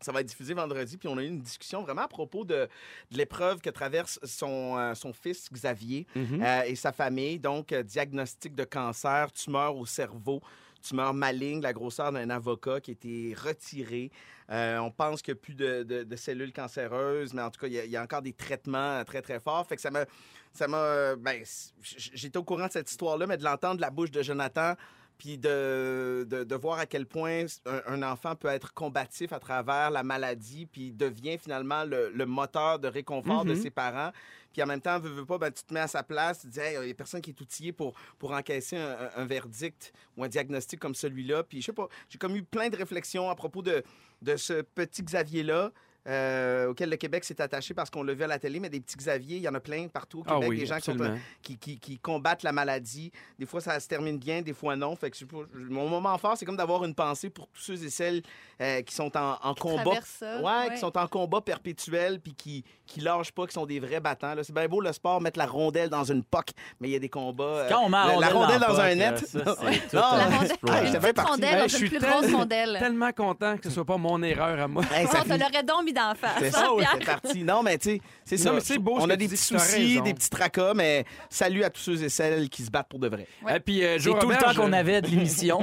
S3: Ça va être diffusé vendredi, puis on a eu une discussion vraiment à propos de, de l'épreuve que traverse son, euh, son fils Xavier euh, et sa famille. Donc, euh, diagnostic de cancer, tumeur au cerveau, tumeur maligne, la grosseur d'un avocat qui a été retiré. Euh, on pense qu'il n'y a plus de, de- de cellules cancéreuses, mais en tout cas, il y, a- il y a encore des traitements euh, très, très forts. Fait que ça m'a. Ça m'a euh, ben, c- j- j'étais au courant de cette histoire-là, mais de l'entendre de la bouche de Jonathan, puis de, de, de voir à quel point un, un enfant peut être combatif à travers la maladie, puis devient finalement le, le moteur de réconfort
S2: Mm-hmm.
S3: de ses parents. Puis en même temps, veux, veux pas, ben, tu te mets à sa place, tu te dis, Hey, il y a personne qui est outillé pour, pour encaisser un, un- un verdict ou un diagnostic comme celui-là. Puis je sais pas, j'ai comme eu plein de réflexions à propos de, de ce petit Xavier-là. euh, auquel le Québec s'est attaché parce qu'on le vu à la télé, mais des petits Xavier, il y en a plein partout au
S2: Ah
S3: Québec,
S2: oui,
S3: des gens qui, sont,
S2: absolument.
S3: qui, qui- qui combattent la maladie. Des fois, ça se termine bien, des fois non. Fait que je sais pas, je- mon moment fort, c'est comme d'avoir une pensée pour tous ceux et celles euh, qui sont en, en combat.
S6: traversent ça,
S3: ouais,
S6: ouais.
S3: qui sont en combat perpétuel puis qui, qui lâchent pas, qui sont des vrais battants. là. C'est bien beau le sport, mettre la rondelle dans une poque, mais il y a des combats. euh,
S1: Quand on met la
S3: la, la rondelle dans, un
S1: poche,
S3: net.
S1: euh, ça,
S3: Non.
S1: c'est tout
S3: Non,
S1: un
S6: La
S3: Ah,
S6: rondelle,
S1: exploit.
S6: une
S3: j'étais bien
S6: petite
S3: parti.
S6: rondelle
S2: Ben,
S6: dans
S2: je
S6: une
S2: suis
S6: plus
S2: tel-
S6: grosse rondelle.
S2: Tellement content que ce soit pas mon erreur à moi.
S3: Hey, ça
S6: Non,
S3: finit-
S6: on l'aurait donc mis d'en face.
S3: C'est
S6: hein,
S3: ça,
S6: Pierre?
S3: c'est parti. Non, mais tu sais, c'est
S2: Non,
S3: ça.
S2: mais c'est beau ce
S3: On
S2: que
S3: a
S2: tu
S3: des
S2: dis,
S3: petits
S2: t'as
S3: soucis,
S2: raison.
S3: des petits tracas, mais salut à tous ceux et celles qui se battent pour de vrai.
S6: Ouais.
S2: Et puis, euh,
S1: C'est
S2: Joe
S1: tout le temps
S2: Roberge-
S1: qu'on avait de l'émission.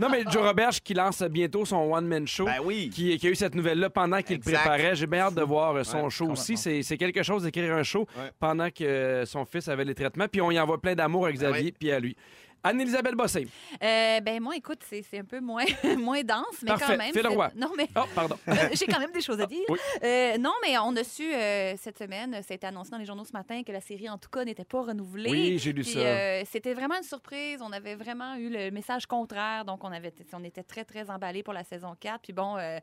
S2: Non, mais Joe Roberge qui lance bientôt son one-man show.
S3: Ben oui.
S2: Qui, qui a eu cette nouvelle-là pendant qu'il le
S3: Exact.
S2: préparait. J'ai bien hâte de voir euh, son show aussi.
S1: complètement.
S2: C'est c'est quelque chose d'écrire un show
S3: Ouais.
S2: pendant que euh, son fils avait les traitements. Puis on y envoie plein d'amour à Xavier
S3: Ben oui.
S2: puis à lui. Anne-Elisabeth Bossé.
S6: Euh, ben moi, écoute, c'est c'est un peu moins, moins dense, mais
S2: Parfait.
S6: quand même.
S2: Fais le
S6: c'est-
S2: roi.
S6: Non, mais
S2: Oh, pardon.
S6: Euh, J'ai quand même des choses à dire.
S2: Oui.
S6: Euh, non, mais on a su euh, cette semaine, ça a été annoncé dans les journaux ce matin que la série, en tout cas, n'était pas renouvelée.
S2: Oui, j'ai lu
S6: Puis,
S2: ça.
S6: euh, c'était vraiment une surprise. On avait vraiment eu le message contraire. Donc, on, avait, on était très, très emballés pour la saison 4. Puis bon, euh,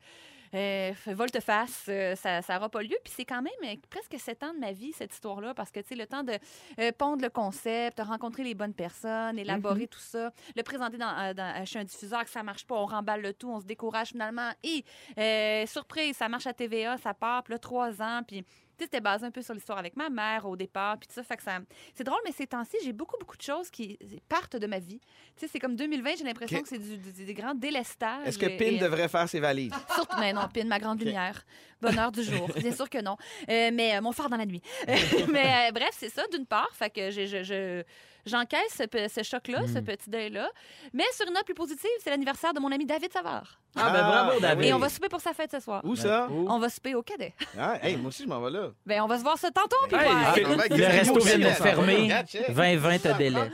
S6: euh, volte-face, euh, ça n'aura pas lieu. Puis c'est quand même euh, presque sept ans de ma vie, cette histoire-là, parce que, tu sais, le temps de euh, pondre le concept, rencontrer les bonnes personnes, élaborer
S2: Mhm.
S6: tout ça, le présenter dans, euh, dans- chez un diffuseur, que ça marche pas, on remballe le tout, on se décourage finalement. Et euh, surprise, ça marche à TVA, ça part, puis là, trois ans, puis... Tu sais, c'était basé un peu sur l'histoire avec ma mère au départ, puis tout ça. Fait que ça... C'est drôle, mais ces temps-ci, j'ai beaucoup, beaucoup de choses qui partent de ma vie. Tu sais, c'est comme 2020, j'ai l'impression
S3: Ok.
S6: que c'est du, du- des grands délestages.
S3: Est-ce que
S6: et-
S3: Pin
S6: et-
S3: devrait faire ses valises?
S6: Surtout, mais non, pine, ma grande lumière. Bonheur du jour. Bien sûr que non. Euh, mais euh, mon phare dans la nuit. mais euh, bref, c'est ça, d'une part. Fait que j'ai- je- je- j'encaisse ce, pe- ce choc-là,
S3: Hmm.
S6: ce petit deuil-là. Mais sur une note plus positive, c'est l'anniversaire de mon ami David Savard.
S1: Ah, ben bravo, David.
S6: Et on va souper pour sa fête ce soir.
S3: Où ça?
S2: Oh.
S6: On va souper au cadet.
S3: Ah, hey, moi aussi, je m'en vais là.
S6: Ben, on va se voir ça tantôt, puis
S2: Hey,
S6: ouais.
S2: fait-
S3: Ah, ben,
S1: Le
S3: qu'est-ce
S1: resto
S3: que c'est
S1: vient de
S3: aussi, là?
S1: fermer.
S3: Regarde, check. Ah,
S1: 20-20 te délai.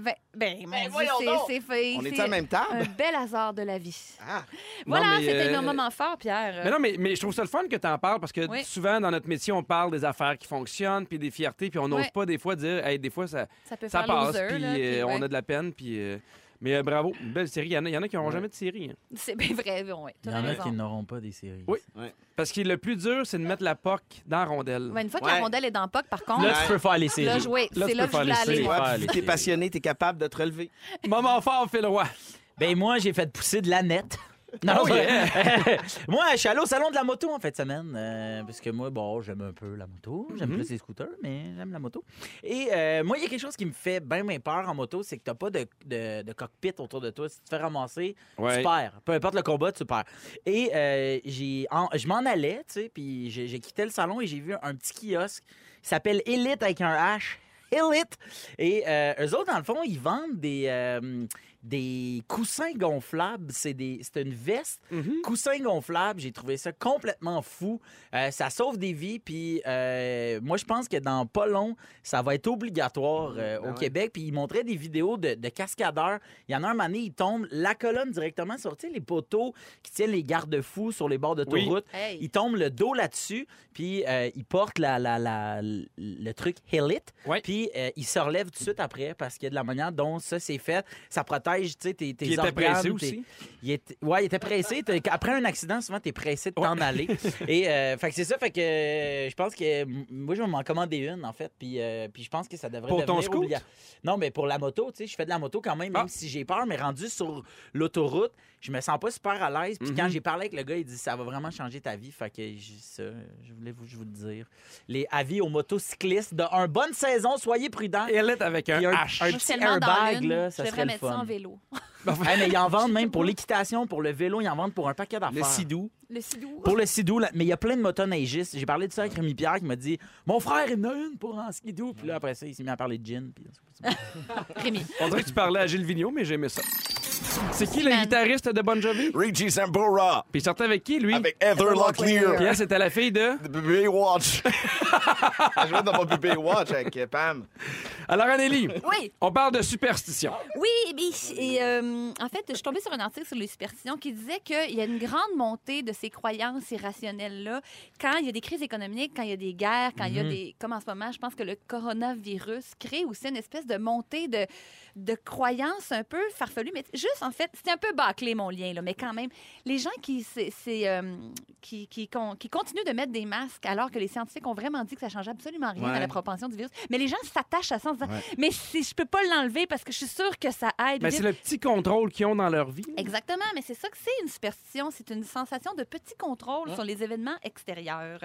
S6: Ben, ben, mon Dieu,
S3: voyons
S6: c'est-
S3: donc.
S6: c'est fait-
S3: On est
S6: c'est
S3: à la même
S6: un
S3: table?
S6: bel hasard de la vie.
S3: Ah,
S6: Voilà,
S2: mais,
S6: c'était
S2: euh,
S6: nos moments forts, Pierre.
S2: Mais non, mais, mais je trouve ça le fun que tu en parles parce que
S6: Euh, Oui.
S2: souvent, dans notre métier, on parle des affaires qui fonctionnent, puis des fiertés, puis on n'ose
S6: Ouais.
S2: pas des fois dire, hey, des fois, ça,
S6: ça peut
S2: ça
S6: faire
S2: passe,
S6: loser,
S2: puis
S6: là, puis,
S2: euh, on
S6: ouais.
S2: a de la peine, puis. euh, Mais euh, bravo, Une belle série. Il y en a, il y en a qui n'auront jamais de série. hein.
S6: C'est bien vrai, ouais,
S1: Il
S6: t'as
S1: y en a
S6: raison.
S1: qui n'auront pas des séries.
S2: Oui. Parce que le plus dur, c'est de mettre la POC dans la rondelle.
S6: Ouais, une fois que
S3: Ouais.
S6: la rondelle est dans le POC, par contre,
S1: Là, tu peux faire les séries.
S6: là, je- oui,
S2: Là, tu
S6: c'est là
S2: peux
S6: que je voulais
S2: faire les
S6: aller.
S2: séries.
S3: ouais,
S1: faire
S3: puis
S1: les
S3: t'es
S1: séries.
S3: passionné, t'es capable de te relever.
S2: Moment fort, Phil Roy.
S1: Ben moi, j'ai fait pousser de la nette. Non,
S2: Oh,
S1: c'est vrai. moi, je suis allé au salon de la moto en fin de semaine. euh, parce que moi, bon, j'aime un peu la moto.
S6: Mm-hmm.
S1: J'aime plus les scooters, mais j'aime la moto. Et euh, moi, il y a quelque chose qui me fait bien, bien peur en moto, c'est que t'as pas de, de- de cockpit autour de toi. Si tu te fais ramasser, tu perds. Peu importe le combat, tu perds. Et euh, j'ai, en- je m'en allais, tu sais, puis j'ai, j'ai quitté le salon et j'ai vu un petit kiosque qui s'appelle Elite avec un H. Elite! Et euh, eux autres, dans le fond, ils vendent des, euh, des coussins gonflables. C'est, des, c'est une veste coussin gonflable. J'ai trouvé ça complètement fou. Euh, ça sauve des vies. Puis euh, moi, je pense que dans pas long, ça va être obligatoire euh,
S3: Ben
S1: au
S3: ouais.
S1: Québec. Puis ils montraient des vidéos de, de cascadeurs. Il y en a un moment donné, ils tombent la colonne directement sur tu sais, les poteaux qui tiennent les garde-fous sur les bords d'autoroute.
S6: Hey.
S1: Ils tombent le dos là-dessus, puis euh, ils portent la, la- la- le truc Hellit,
S2: Ouais.
S1: puis euh, ils se relèvent tout de suite après parce qu'il y a de la manière dont ça s'est fait. Ça protège protège, tu sais, tes, tes
S2: Puis il était
S1: organes,
S2: pressé
S1: tes-
S2: aussi.
S1: Il était, ouais, il était pressé. T'as- Après un accident, souvent, t'es pressé de t'en aller. Et euh, fait que c'est ça, fait que euh, je pense que m- moi, je vais m'en commander une, en fait. Puis, euh, puis je pense que ça devrait
S2: Pour ton
S1: devenir
S2: scoot?
S1: obligatoire. Non, mais pour la moto, tu sais, je fais de la moto quand même, même
S2: Ah.
S1: si j'ai peur, mais rendu sur l'autoroute, je me sens pas super à l'aise. Puis quand
S2: Mhm.
S1: j'ai parlé avec le gars, il dit ça va vraiment changer ta vie. Fait que j- ça, je voulais vous, je vous le dire. Les avis aux motocyclistes de un bonne saison, soyez prudents.
S2: Elle est avec un
S1: Ah. Puis un-
S2: H.
S1: un-
S6: Moi, je suis
S1: petit
S6: tellement dans
S1: airbag,
S6: l'une,
S1: là, ça
S6: je
S1: serait
S6: devrais
S1: le
S6: mettre ça
S1: fun.
S6: en vélo.
S1: Hey, mais ils en vendent même pour l'équitation, pour le vélo, ils en vendent pour un paquet d'affaires.
S3: Le sidou.
S6: Le sidou.
S1: Pour le sidou, là, mais il y a plein de motoneigistes. J'ai parlé de ça avec Rémi Pierre qui m'a dit Mon frère, il en a une pour en skidou. Puis là, après ça, il s'est mis à parler de gin. Puis...
S6: Rémi.
S2: On dirait que tu parlais à Gilles Vigneault, mais j'aimais ça. C'est qui le
S6: Man.
S2: guitariste de Bon Jovi?
S9: Reggie Sambora
S2: Puis il sortait avec qui, lui?
S9: avec Heather
S2: Puis
S9: Locklear.
S2: elle, c'était la fille de...
S9: de Baywatch.
S3: Ah, Je vais dans mon bébé Watch avec euh, Pam.
S2: Alors, Anélie,
S6: Oui,
S2: on parle de superstition.
S6: oui, mais et, euh, en fait, je suis tombée sur un article sur les superstitions qui disait qu'il y a une grande montée de ces croyances irrationnelles-là quand il y a des crises économiques, quand il y a des guerres, quand il y a
S1: Mhm.
S6: des... Comme en ce moment, je pense que le coronavirus crée aussi une espèce de montée de, de croyances un peu farfelues. Mais juste, en fait, c'était un peu bâclé, mon lien, là, mais quand même, les gens qui, c'est- c'est, euh, qui, qui, con- qui continuent de mettre des masques alors que les scientifiques ont vraiment dit que ça changeait absolument rien à
S3: Ouais.
S6: la propension du virus, mais les gens s'attachent à ça en se disant,
S9: Ouais.
S6: mais si je peux pas l'enlever parce que je suis sûre que ça aide. vite.
S2: Mais Ben, c'est le petit contrôle qu'ils ont dans leur vie.
S6: Exactement, mais c'est ça que c'est une superstition. C'est une sensation de petit contrôle sur les événements extérieurs.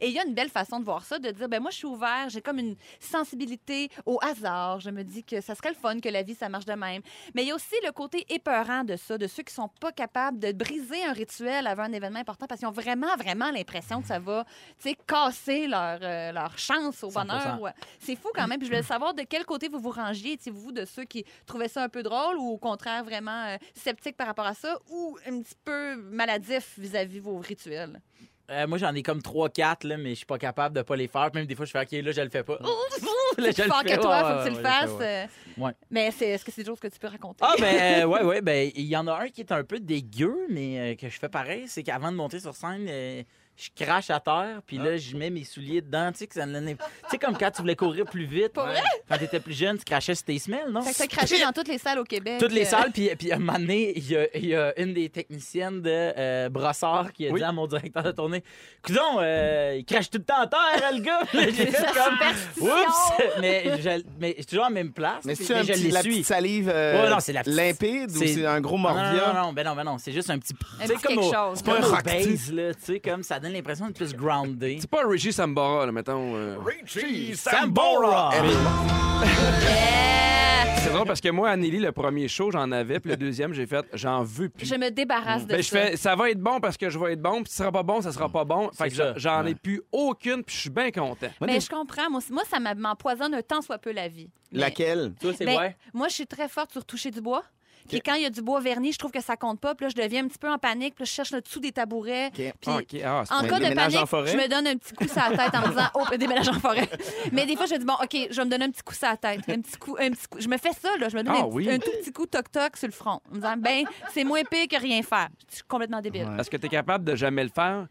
S6: Et il y a une belle façon de voir ça, de dire, ben moi, je suis ouvert, j'ai comme une sensibilité au hasard. Je me dis que ça serait le fun que la vie, ça marche de même. Mais il y a aussi le côté épeurant de ça, de ceux qui sont pas capables de briser un rituel avant un événement important parce qu'ils ont vraiment, vraiment l'impression que ça va, tu sais, casser leur, euh, leur chance au
S1: 100%.
S6: bonheur. Ouais. C'est fou quand même. Puis je voulais savoir de quel côté vous vous rangiez. Étiez-vous vous de ceux qui trouvaient ça un peu drôle ou au contraire vraiment euh, sceptiques par rapport à ça ou un petit peu maladif vis-à-vis vos rituels?
S1: Euh, moi, j'en ai comme 3-4, là, mais je suis pas capable de pas les faire. Puis Même des fois, je fais OK, là, je le fais pas.
S6: C'est
S1: je
S6: plus
S1: le
S6: fort
S1: fais,
S6: que toi,
S1: ouais,
S6: faut que tu le
S1: ouais, ouais, je le
S6: fasses.
S1: fais,
S6: euh,
S1: Ouais.
S6: Mais c'est- est-ce que c'est des choses que tu peux raconter?
S1: Ah ben euh, ouais ouais ben il y en a un qui est un peu dégueu mais euh, que je fais pareil c'est qu'avant de monter sur scène euh, je crache à terre puis là je mets mes souliers dedans tu sais que ça me donnait- tu sais comme quand tu voulais courir plus vite
S6: Pas vrai?
S1: quand t'étais plus jeune tu crachais sur tes semelles non
S6: Fait que t'as craché dans toutes les salles au Québec.
S1: toutes les
S6: euh,
S1: salles puis puis à un moment donné il y a, il y a une des techniciennes de euh, Brossard qui a
S2: Oui.
S1: dit à mon directeur de tournée coudon euh, il crache tout le temps à terre le gars Puis là, j'ai fait comme oups mais je mais je suis toujours à la même place
S3: Mais
S1: puis-
S3: c'est un
S1: je
S3: petit,
S1: les
S3: la
S1: suis.
S3: petite salive euh,
S1: Ouais, non, c'est la petite-
S3: limpide ou
S1: c'est-
S3: c'est un gros
S1: Non, non, non,
S3: morvia?
S1: non, ben non, ben non, c'est juste un petit.
S6: Un
S1: c'est
S6: petit
S1: comme
S6: quelque
S1: au-
S6: chose.
S1: C'est pas
S3: Comme au
S1: un base,
S3: base,
S1: là, tu sais, comme ça donne l'impression d'être plus groundé.
S2: C'est pas Richie Sambora, là, mettons. euh.
S9: Reggie
S1: Sambora.
S6: Yeah!
S2: C'est drôle parce que moi, Anélie, le premier show, j'en avais, puis le deuxième, j'ai fait, j'en veux plus.
S6: Je me débarrasse de
S2: Ben, je
S6: ça.
S2: fais, ça va être bon parce que je vais être bon, puis si ce sera pas bon, ça sera pas bon. Fait
S1: C'est
S2: que
S1: ça.
S2: j'en
S1: Ouais.
S2: ai plus aucune, puis je suis bien content.
S3: Moi,
S6: Mais
S3: des-
S6: je comprends. Moi, aussi- moi, ça m'a- m'empoisonne un tant soit peu la vie. Mais-
S3: Laquelle?
S1: Toi, c'est
S6: Ben,
S1: ouais.
S6: Moi, je suis très forte sur toucher du bois. Puis quand il y a du bois verni, je trouve que ça compte pas. Puis là, je deviens un petit peu en panique. Puis là, je cherche le dessous des tabourets.
S3: Ok.
S6: Puis
S2: OK. Ah, c'est
S6: en
S2: pas-
S6: cas de
S3: déménage en
S6: panique,
S3: forêt?
S6: je me donne un petit coup sur la tête en me disant Oh, déménage en forêt. Mais des fois, je me dis Bon, OK, je vais me donner un petit coup sur la tête. Un petit coup, un petit coup. Je me fais ça, là. Je me donne
S2: Ah
S6: un, petit-
S2: oui.
S6: un tout petit coup toc-toc sur le front. En me disant Ben, c'est moins pire que rien faire. Je suis complètement débile.
S3: Ouais.
S2: Est-ce que t'es capable de jamais le faire?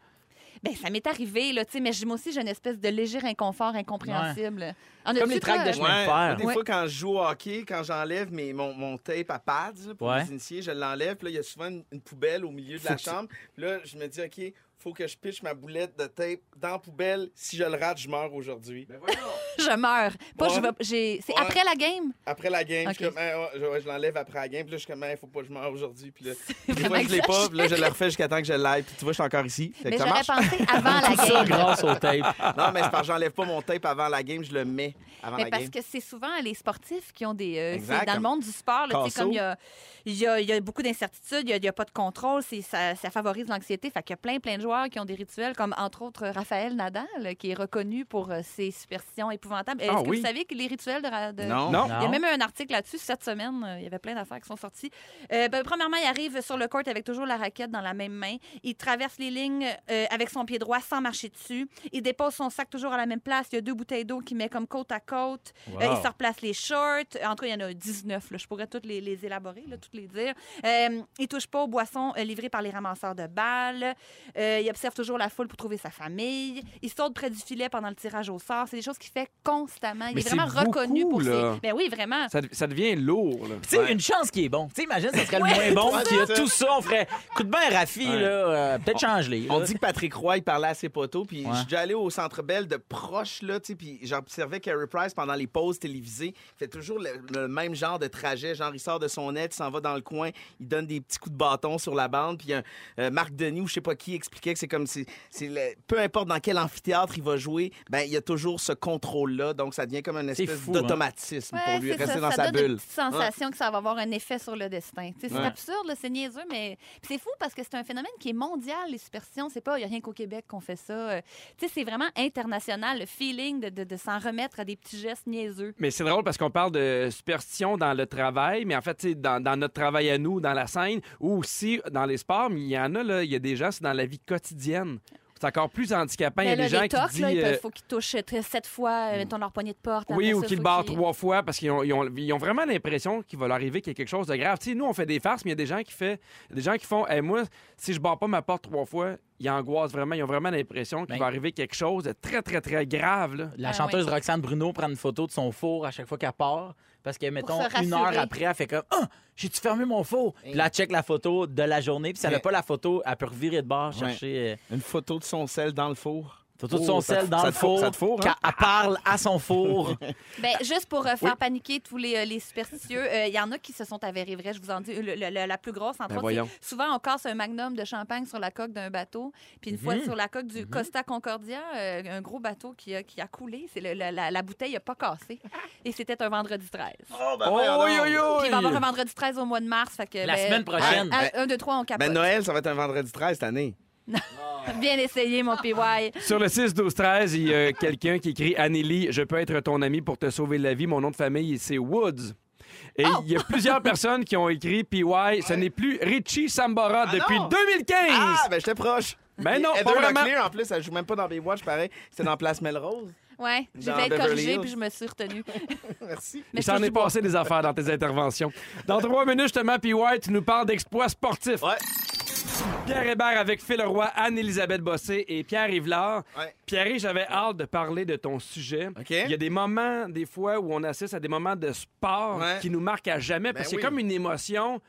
S6: Ben, ça m'est arrivé, là, tu sais, mais j'ai- moi aussi, j'ai une espèce de léger inconfort incompréhensible. En
S1: Comme
S6: as-tu,
S1: les tracts
S6: toi?
S1: de chemin. vais le faire.
S3: moi, des
S6: Ouais.
S3: fois, quand je joue au hockey, quand j'enlève mes- mon, mon tape à pads là, pour
S1: Ouais.
S3: les initiés, je l'enlève. puis Là, il y a souvent une, une poubelle au milieu de la chambre. Puis Là, je me dis, OK, faut que je pitche ma boulette de tape dans la poubelle. Si je le rate, je meurs aujourd'hui.
S6: Je meurs. Pas,
S3: Ouais.
S6: je vais- j'ai- C'est
S3: Ouais.
S6: après la game?
S3: Après la game, je suis
S6: Ok.
S3: comme, Ah, ouais, je, ouais, je l'enlève après la game. Puis là, je suis comme, Ah, faut pas que je meure aujourd'hui. Puis là, des
S6: vraiment
S3: fois, je l'ai pas.
S6: exagéré.
S3: Puis là, je le refais jusqu'à temps que je l'aille. Puis tu vois, je suis encore ici. Fait que
S6: Mais
S3: ça
S6: j'aurais
S3: marche.
S6: pensé avant la
S1: Ça,
S6: game.
S1: grâce au tape.
S3: Non, mais c'est parce que j'enlève pas mon tape avant la game. Je le mets avant
S6: Mais
S3: la
S6: parce
S3: game.
S6: que c'est souvent les sportifs qui ont des. euh,
S3: Exact,
S6: c'est dans le
S3: comme
S6: monde du sport, là, tu sais,
S3: Tasso.
S6: comme il y a, il y a- il y a beaucoup d'incertitudes, il n'y a, pas de contrôle, c'est- ça, ça favorise l'anxiété. Fait qu'il y a plein, plein de joueurs qui ont des rituels, comme entre autres euh, Raphaël Nadal, qui est reconnu pour euh, ses superstitions épouvantables. Est-ce
S2: Ah
S6: que
S2: oui.
S6: vous savez que les rituels de. Ra- de-
S3: Non.
S2: Non.
S6: Il y a même eu un article là-dessus cette semaine. Euh, Il y avait plein d'affaires qui sont sorties. Euh, ben, premièrement, il arrive sur le court avec toujours la raquette dans la même main. Il traverse les lignes euh, avec son pied droit sans marcher dessus. Il dépose son sac toujours à la même place. Il y a deux bouteilles d'eau qu'il met comme côte à côte. Euh, il se replace les shorts. En tout cas, il y en a 19. là. Je pourrais toutes les, les élaborer, là, toutes les dire. Euh, il touche pas aux boissons euh, livrées par les ramasseurs de balles. Euh, Euh, il observe toujours la foule pour trouver sa famille. Il saute près du filet pendant le tirage au sort. C'est des choses qu'il fait constamment. Il
S2: Mais
S6: est vraiment
S2: c'est beaucoup,
S6: reconnu pour
S2: là.
S6: ses. Ben oui, vraiment.
S2: Ça, de- ça devient lourd. là.
S1: Tu sais, une chance qui est bon. Tu sais, imagine, ça serait le moins bon.
S3: Ouais,
S1: Puis il y a
S3: c'est
S1: tout ça, on ferait coup de bain Rafi,
S2: Ouais.
S1: là. euh, Peut-être change-les.
S3: On
S1: là.
S3: dit que Patrick Roy, il parlait à ses poteaux, puis
S1: Ouais.
S3: je suis déjà allé au Centre Bell de proche, là, tu sais, puis j'observais Carey Price pendant les pauses télévisées. Il fait toujours le, le même genre de trajet. Genre, il sort de son net, il s'en va dans le coin, il donne des petits coups de bâton sur la bande, puis il y a un, euh, Marc Denis ou je sais pas qui expliquait que c'est comme si... c'est le- peu importe dans quel amphithéâtre il va jouer, ben il y a toujours ce contrôle-là, donc ça devient comme une
S1: C'est
S3: espèce
S1: fou,
S3: d'automatisme
S6: Ouais,
S3: pour lui
S6: c'est
S3: rester
S6: ça,
S3: dans
S6: ça
S3: sa
S6: donne une
S3: bulle.
S6: petite sensation que ça va avoir un effet sur le destin. Tu sais, C'est
S3: Ouais.
S6: absurde, là, c'est niaiseux, mais Puis c'est fou parce que c'est un phénomène qui est mondial, les superstitions. C'est pas, il n'y a rien qu'au Québec qu'on fait ça. Euh, tu sais, c'est vraiment international, le feeling de, de- de s'en remettre à des petits gestes niaiseux.
S2: Mais c'est drôle parce qu'on parle de superstition dans le travail, mais en fait, tu sais, dans, dans notre travail à nous, dans la scène, ou aussi dans les sports, mais il y en a, là, il y a des gens, c'est dans la vie quotidienne. C'est encore plus handicapant. Il y a
S6: Ben là,
S2: des gens
S6: les tocs,
S2: qui
S6: là, il
S2: disent... euh,
S6: faut qu'ils touchent très- sept fois, euh, mettons, leur poignée de porte.
S2: Oui,
S6: après
S2: ou
S6: ça,
S2: qu'ils
S6: faut
S2: le barrent
S6: qu'ils-
S2: trois fois parce qu'ils ont, ils ont- ils ont vraiment l'impression qu'il va leur arriver qu'il y a quelque chose de grave. Tu sais, nous, on fait des farces, mais il y a des gens qui, fait, des gens qui font Hey, Moi, si je barre pas ma porte trois fois, ils angoissent vraiment. Ils ont vraiment l'impression qu'il
S1: Ben-
S2: va arriver quelque chose de très, très, très grave. là.
S1: La
S6: Ah,
S1: chanteuse Roxane Bruno prend une photo de son four à chaque fois qu'elle part. Parce que, mettons,
S6: se
S1: une
S6: rassurer.
S1: heure après, elle fait comme Ah, j'ai-tu fermé mon four? Puis là, elle check la photo de la journée. Puis si elle n'a
S3: Mais-
S1: pas la photo, elle peut revirer de bord, chercher euh,
S3: Une photo de son sel dans le four.
S1: photo de
S3: Oh,
S1: son
S3: ça te-
S1: sel dans
S3: ça
S1: le
S3: te fourre-
S1: four.
S3: ça te fourre,
S1: qu'elle-
S3: hein?
S1: Elle parle à son four.
S6: Ben, juste pour euh, faire paniquer tous les, euh, les superstitieux, euh, il y en a qui se sont avérés vrais, je vous en dis. Le- le- le- la plus grosse, entre
S2: Ben
S6: autres,
S2: voyons.
S6: c'est souvent on casse un magnum de champagne sur la coque d'un bateau. Puis une fois
S1: Mhm.
S6: sur la coque du Costa Concordia, euh, un gros bateau qui a, qui a coulé, c'est le- la, la- la bouteille n'a pas cassé. Et c'était un vendredi 13.
S3: Oh, ben,
S2: Oh,
S3: voyons donc.
S2: oui, oui, oui.
S6: Puis il va y avoir un vendredi 13 au mois de mars. Fait que,
S1: La
S6: ben,
S1: semaine prochaine.
S6: un- un, deux, trois, on capote.
S3: Ben, Noël, ça va être un vendredi 13 cette année.
S6: Bien essayé, mon PY.
S2: Sur le 6, 12, 13, il y a quelqu'un qui écrit Anneli, je peux être ton ami pour te sauver la vie. Mon nom de famille, c'est Woods. Et il
S3: Oh!
S2: y a plusieurs personnes qui ont écrit PY, ce n'est plus Richie Sambora depuis
S3: non.
S2: 2015.
S3: Ah, ben j'étais proche.
S2: Ben non,
S3: Et
S2: pas
S3: Heather
S2: vraiment.
S3: Locklear, en plus, elle joue même pas dans Baywatch, pareil. C'était dans Place Melrose.
S6: Ouais, je
S3: Dans
S6: vais être
S3: Beverly
S6: corrigée,
S3: Hills.
S6: puis je me suis retenue.
S3: Merci.
S2: Il s'en est passé des affaires dans tes interventions. Dans trois minutes, justement, puis White tu nous parles d'exploits sportifs.
S3: Ouais.
S2: Pierre Hébert avec Phil Roy, Anne-Élisabeth Bossé et Pierre Yvelard.
S3: Ouais.
S2: Pierre, j'avais hâte de parler de ton sujet.
S3: OK.
S2: Il y a des moments, des fois, où on assiste à des moments de sport
S3: Ouais.
S2: qui nous marquent à jamais, parce que
S3: Ben
S2: c'est
S3: oui.
S2: comme une émotion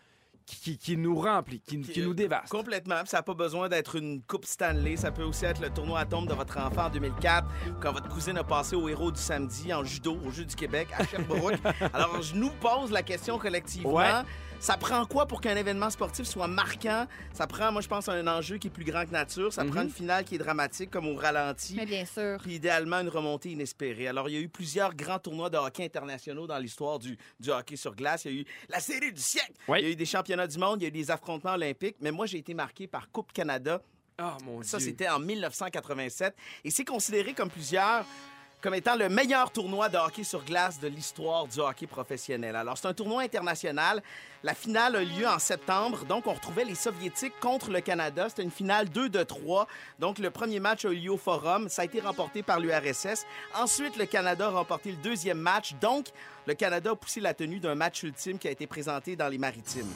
S2: qui, qui- qui nous remplit, qui, qui nous dévaste.
S3: Euh, Complètement. Puis Ça n'a pas besoin d'être une Coupe Stanley. Ça peut aussi être le tournoi à tombe de votre enfant en 2004, quand votre cousine a passé au héros du samedi en judo au Jeu du Québec à Sherbrooke. Alors, je nous pose la question collectivement.
S2: Ouais.
S3: Ça prend quoi pour qu'un événement sportif soit marquant? Ça prend, moi, je pense, un enjeu qui est plus grand que nature.
S2: Mm-hmm.
S3: Ça prend une finale qui est dramatique, comme au ralenti.
S6: Mais bien sûr.
S3: puis idéalement une remontée inespérée. Alors, il y a eu plusieurs grands tournois de hockey internationaux dans l'histoire du, du hockey sur glace. Il y a eu la série du siècle.
S2: Oui.
S3: Il y a eu des championnats du monde, il y a eu des affrontements olympiques. Mais moi, j'ai été marqué par Coupe Canada.
S2: Ah, mon
S3: Ça,
S2: Dieu.
S3: c'était en 1987. Et c'est considéré comme plusieurs comme étant le meilleur tournoi de hockey sur glace de l'histoire du hockey professionnel. Alors, c'est un tournoi international. La finale a lieu en septembre. Donc, on retrouvait les Soviétiques contre le Canada. C'était une finale 2 de 3. Donc, le premier match a eu lieu au Forum. Ça a été remporté par l'URSS. Ensuite, le Canada a remporté le deuxième match. Donc, le Canada a poussé la tenue d'un match ultime qui a été présenté dans les Maritimes.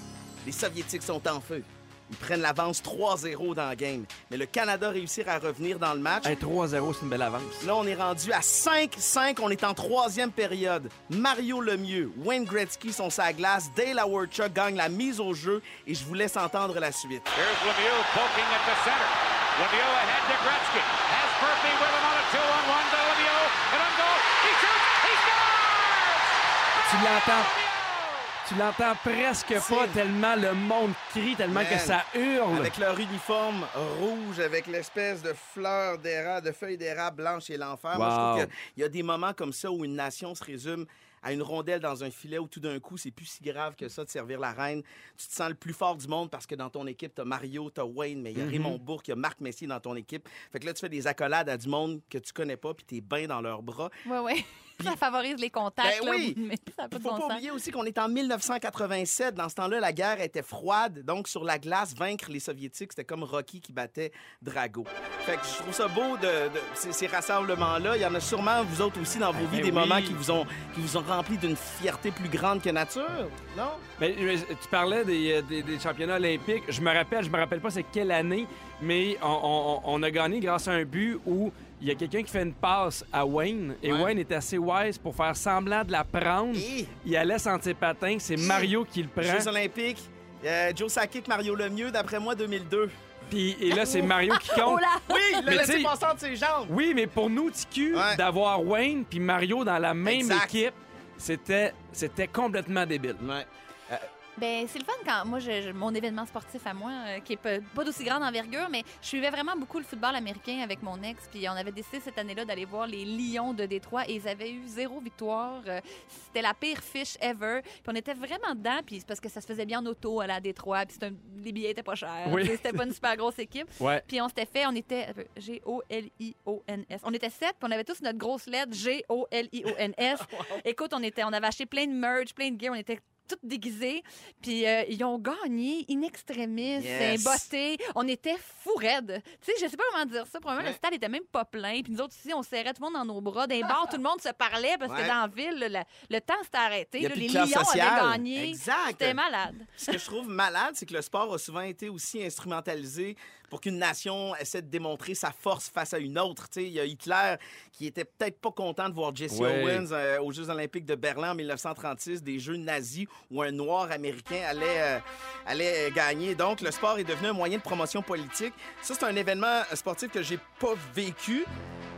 S3: Les Soviétiques sont en feu. Ils prennent l'avance 3-0 dans le game. Mais le Canada réussir à revenir dans le match.
S2: Hey, 3-0, c'est une belle avance.
S3: Là, on est rendu à 5-5. On est en troisième période. Mario Lemieux, Wayne Gretzky sont sa glace. Dale Hawerchuk gagne la mise au jeu. Et je vous laisse entendre la suite.
S10: Here's Lemieux poking at the center. Lemieux ahead to Gretzky. Has Murphy with him on a two-on-one to Lemieux. And on goal. He shoots. He scores!
S2: Tu l'entends. Tu l'entends presque pas
S3: C'est-
S2: tellement le monde crie, tellement que
S3: Man.
S2: ça hurle.
S3: Avec leur uniforme rouge, avec l'espèce de fleur d'érable, de feuilles d'érable blanche et l'enfer. Moi, je
S2: Wow.
S3: trouve qu'il y a des moments comme ça où une nation se résume à une rondelle dans un filet où tout d'un coup, c'est plus si grave que ça de servir la reine. Tu te sens le plus fort du monde parce que dans ton équipe, t'as Mario, t'as Wayne, mais il y a Raymond Bourque, il y a Marc Messier dans ton équipe. Fait que là, tu fais des accolades à du monde que tu connais pas, puis t'es bien dans leurs bras.
S6: Oui, oui. Ça favorise les contacts.
S3: Ben
S6: là,
S3: oui.
S6: mais ça n'a pas de
S3: Il faut
S6: bon
S3: pas
S6: sens.
S3: oublier aussi qu'on est en 1987. Dans ce temps-là, la guerre était froide. Donc, sur la glace, vaincre les Soviétiques, c'était comme Rocky qui battait Drago. Fait que je trouve ça beau de, de ces, ces rassemblements-là. Il y en a sûrement, vous autres aussi, dans vos vies, des
S2: Ben oui.
S3: moments qui vous ont, qui vous ont rempli d'une fierté plus grande que nature, non?
S2: Mais, mais, tu parlais des, euh, des- des championnats olympiques. Je me rappelle, je me rappelle pas c'est quelle année, mais on, on- on a gagné grâce à un but où il y a quelqu'un qui fait une passe à Wayne et Wayne est assez wise pour faire semblant de la prendre.
S3: Hi!
S2: Il allait sentir ses patins, c'est Mario qui le
S3: Jeux
S2: prend.
S3: olympiques, euh, Joe Sakic, Mario Lemieux, d'après moi, 2002.
S2: Puis et là c'est Mario qui
S6: Oh
S2: compte.
S6: là!
S3: Oui,
S2: Mais
S3: le
S2: tu sais-
S3: laissé passer entre ses jambes.
S2: Oui, mais pour nous TQ
S3: Ouais.
S2: d'avoir Wayne puis Mario dans la même
S3: Exact.
S2: équipe, c'était c'était complètement débile.
S3: Ouais.
S6: Ben, c'est le fun quand moi, je- je- mon événement sportif à moi, euh, qui est pas, pas d'aussi grande envergure, mais je suivais vraiment beaucoup le football américain avec mon ex. Puis on avait décidé cette année-là d'aller voir les Lions de Détroit et ils avaient eu zéro victoire. Euh, C'était la pire fiche ever. Puis on était vraiment dedans, puis c'est parce que ça se faisait bien en auto à la Détroit, puis c'était un- les billets étaient pas chers.
S2: Oui.
S6: Tu sais, C'était pas une super grosse équipe.
S2: Ouais.
S6: Puis on s'était fait, on était euh, attends, G-O-L-I-O-N-S. On était sept, puis on avait tous notre grosse lettre G-O-L-I-O-N-S. Écoute, on était, on avait acheté plein de merch, plein de gear, on était toutes déguisées. Puis euh, ils ont gagné in extremis,
S3: Yes.
S6: c'est botté. On était fou raides. Tu sais, je sais pas comment dire ça. Probablement,
S3: Ouais.
S6: le stade était même pas plein. Puis nous autres ici, on serrait tout le monde dans nos bras. Dans les bars, tout le monde se parlait parce
S3: Ouais.
S6: que dans la ville, là, la- le temps s'était arrêté.
S3: Il y a
S6: là,
S3: plus
S6: les
S3: de
S6: Lions
S3: classe sociale.
S6: avaient gagné.
S3: Exact.
S6: C'était malade.
S3: Ce que je trouve malade, c'est que le sport a souvent été aussi instrumentalisé pour qu'une nation essaie de démontrer sa force face à une autre. Tu sais, il y a Hitler qui était peut-être pas content de voir Jesse
S2: Ouais.
S3: Owens euh, aux Jeux olympiques de Berlin en 1936, des Jeux nazis où un noir américain allait, euh, allait euh, gagner. Donc, le sport est devenu un moyen de promotion politique. Ça, c'est un événement sportif que j'ai pas vécu,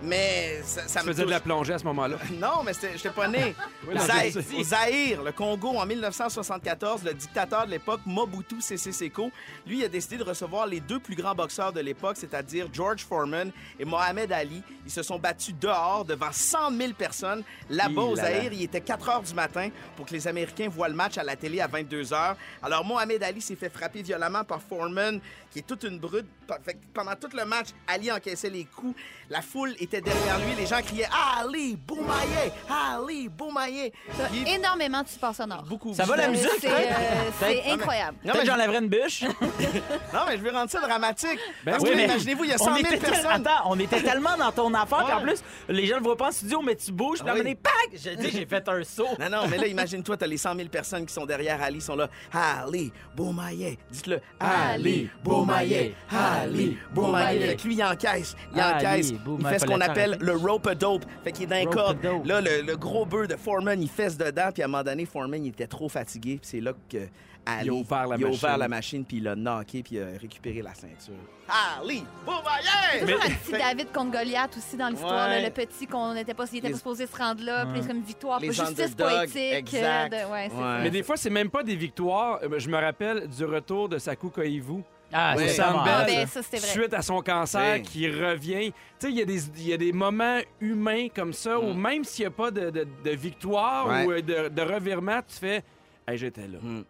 S3: mais ça, ça
S2: Tu
S3: me
S2: faisais de la
S3: touche.
S2: plongée à ce moment-là.
S3: Non, mais c'était- j'étais pas né.
S2: Oui, non,
S3: Zaï-
S2: je le sais.
S3: Au Zaïre, le Congo, en 1974, le dictateur de l'époque, Mobutu Sese Seko, lui, il a décidé de recevoir les deux plus grands boxeurs de l'époque, c'est-à-dire George Foreman et Mohamed Ali. Ils se sont battus dehors devant 100 000 personnes. Là-bas,
S2: Hi
S3: au
S2: là là.
S3: Zaïre, il était 4 heures du matin pour que les Américains voient le match à la télé à 22 heures. Alors, Mohamed Ali s'est fait frapper violemment par Foreman, qui est toute une brute. Pa- fait que Pendant tout le match, Ali encaissait les coups. La foule était derrière lui. Les gens criaient Ali, Boumaillé, Ali, Boumaillé.
S6: T'as
S3: Il-
S6: énormément de supports sonores.
S3: Beaucoup.
S1: Ça va, la
S6: Euh,
S1: musique,
S3: hein?
S6: c'est,
S1: peut-être?
S6: euh,
S1: Peut-être.
S6: C'est incroyable.
S3: Non
S1: Peut-être
S3: mais, je...
S1: j'enlèverais une bûche.
S3: non, mais je vais rendre ça dramatique.
S2: Ben
S3: Parce
S2: oui,
S3: que
S2: mais
S3: imaginez-vous, il y a 100
S1: on
S3: 000
S1: était tel-
S3: personnes.
S1: Attends, on était tellement dans ton affaire, puis en
S3: Ouais.
S1: plus, les gens le voient pas en studio, mais tu bouges, puis
S3: Ah
S1: à un
S3: oui.
S1: moment donné, pac! J'ai dit, j'ai fait un saut.
S3: Non, non, mais là, imagine-toi, t'as les 100 000 personnes qui sont derrière Ali, sont là. Ali, Beaumaillet. Dites-le. Ali, Beaumaillet. Ali, Beaumaillet. Fait que lui, il encaisse. Il
S1: Ali,
S3: encaisse. Il
S1: Beaumaillet.
S3: fait ce qu'on
S1: Fallait
S3: appelle le rope-a-dope. Fait qu'il est d'un corde.
S1: Rope-a-dope.
S3: Là, le, le gros bœuf de Foreman, il fesse dedans. Puis à un moment donné, Foreman, il était trop fatigué. Puis c'est là que Ali.
S2: Il a ouvert la
S3: il
S2: machine.
S3: ouvert la machine, puis il l'a knocké, puis il a récupéré la ceinture. Ali, Beaumaillet!
S6: Toujours un petit David contre Goliath aussi dans l'histoire,
S3: Ouais.
S6: là, le petit qu'on n'était pas, il était
S3: Les- Hmm.
S6: pas supposé se rendre là, puis c'est comme une victoire,
S3: Les
S6: pas justice
S3: underdogs,
S6: poétique.
S3: exact.
S6: euh, de- ouais, c'est
S3: Ouais.
S2: Mais des fois, c'est même pas des victoires. Euh, Je me rappelle du retour de Saku Koivu.
S1: Ah,
S3: Ouais.
S1: c'est ça,
S2: Sandbell.
S6: ça. Ah,
S1: mal.
S6: ben, ça, c'était vrai.
S2: suite à son cancer
S3: Oui.
S2: qui revient. Tu sais, il y, a des- il y a des moments humains comme ça où même s'il n'y a pas de, de- de victoire
S3: Ouais.
S2: ou euh, de, de revirement, tu fais Hey, j'étais là.
S3: Hmm.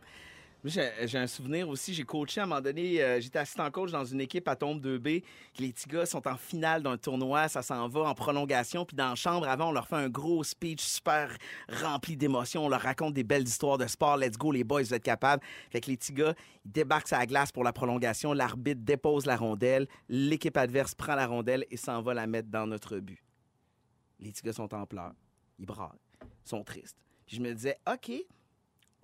S3: Moi, J'ai j'ai un souvenir aussi, j'ai coaché à un moment donné, euh, j'étais assistant coach dans une équipe à Tombe 2B. Les petits gars sont en finale d'un tournoi, ça s'en va en prolongation. Puis dans la chambre, avant, on leur fait un gros speech super rempli d'émotions. On leur raconte des belles histoires de sport. Let's go, les boys, vous êtes capables. Fait que les petits gars, ils débarquent sur la glace pour la prolongation. L'arbitre dépose la rondelle. L'équipe adverse prend la rondelle et s'en va la mettre dans notre but. Les petits gars sont en pleurs. Ils braillent. Ils sont tristes. Puis je me disais, OK,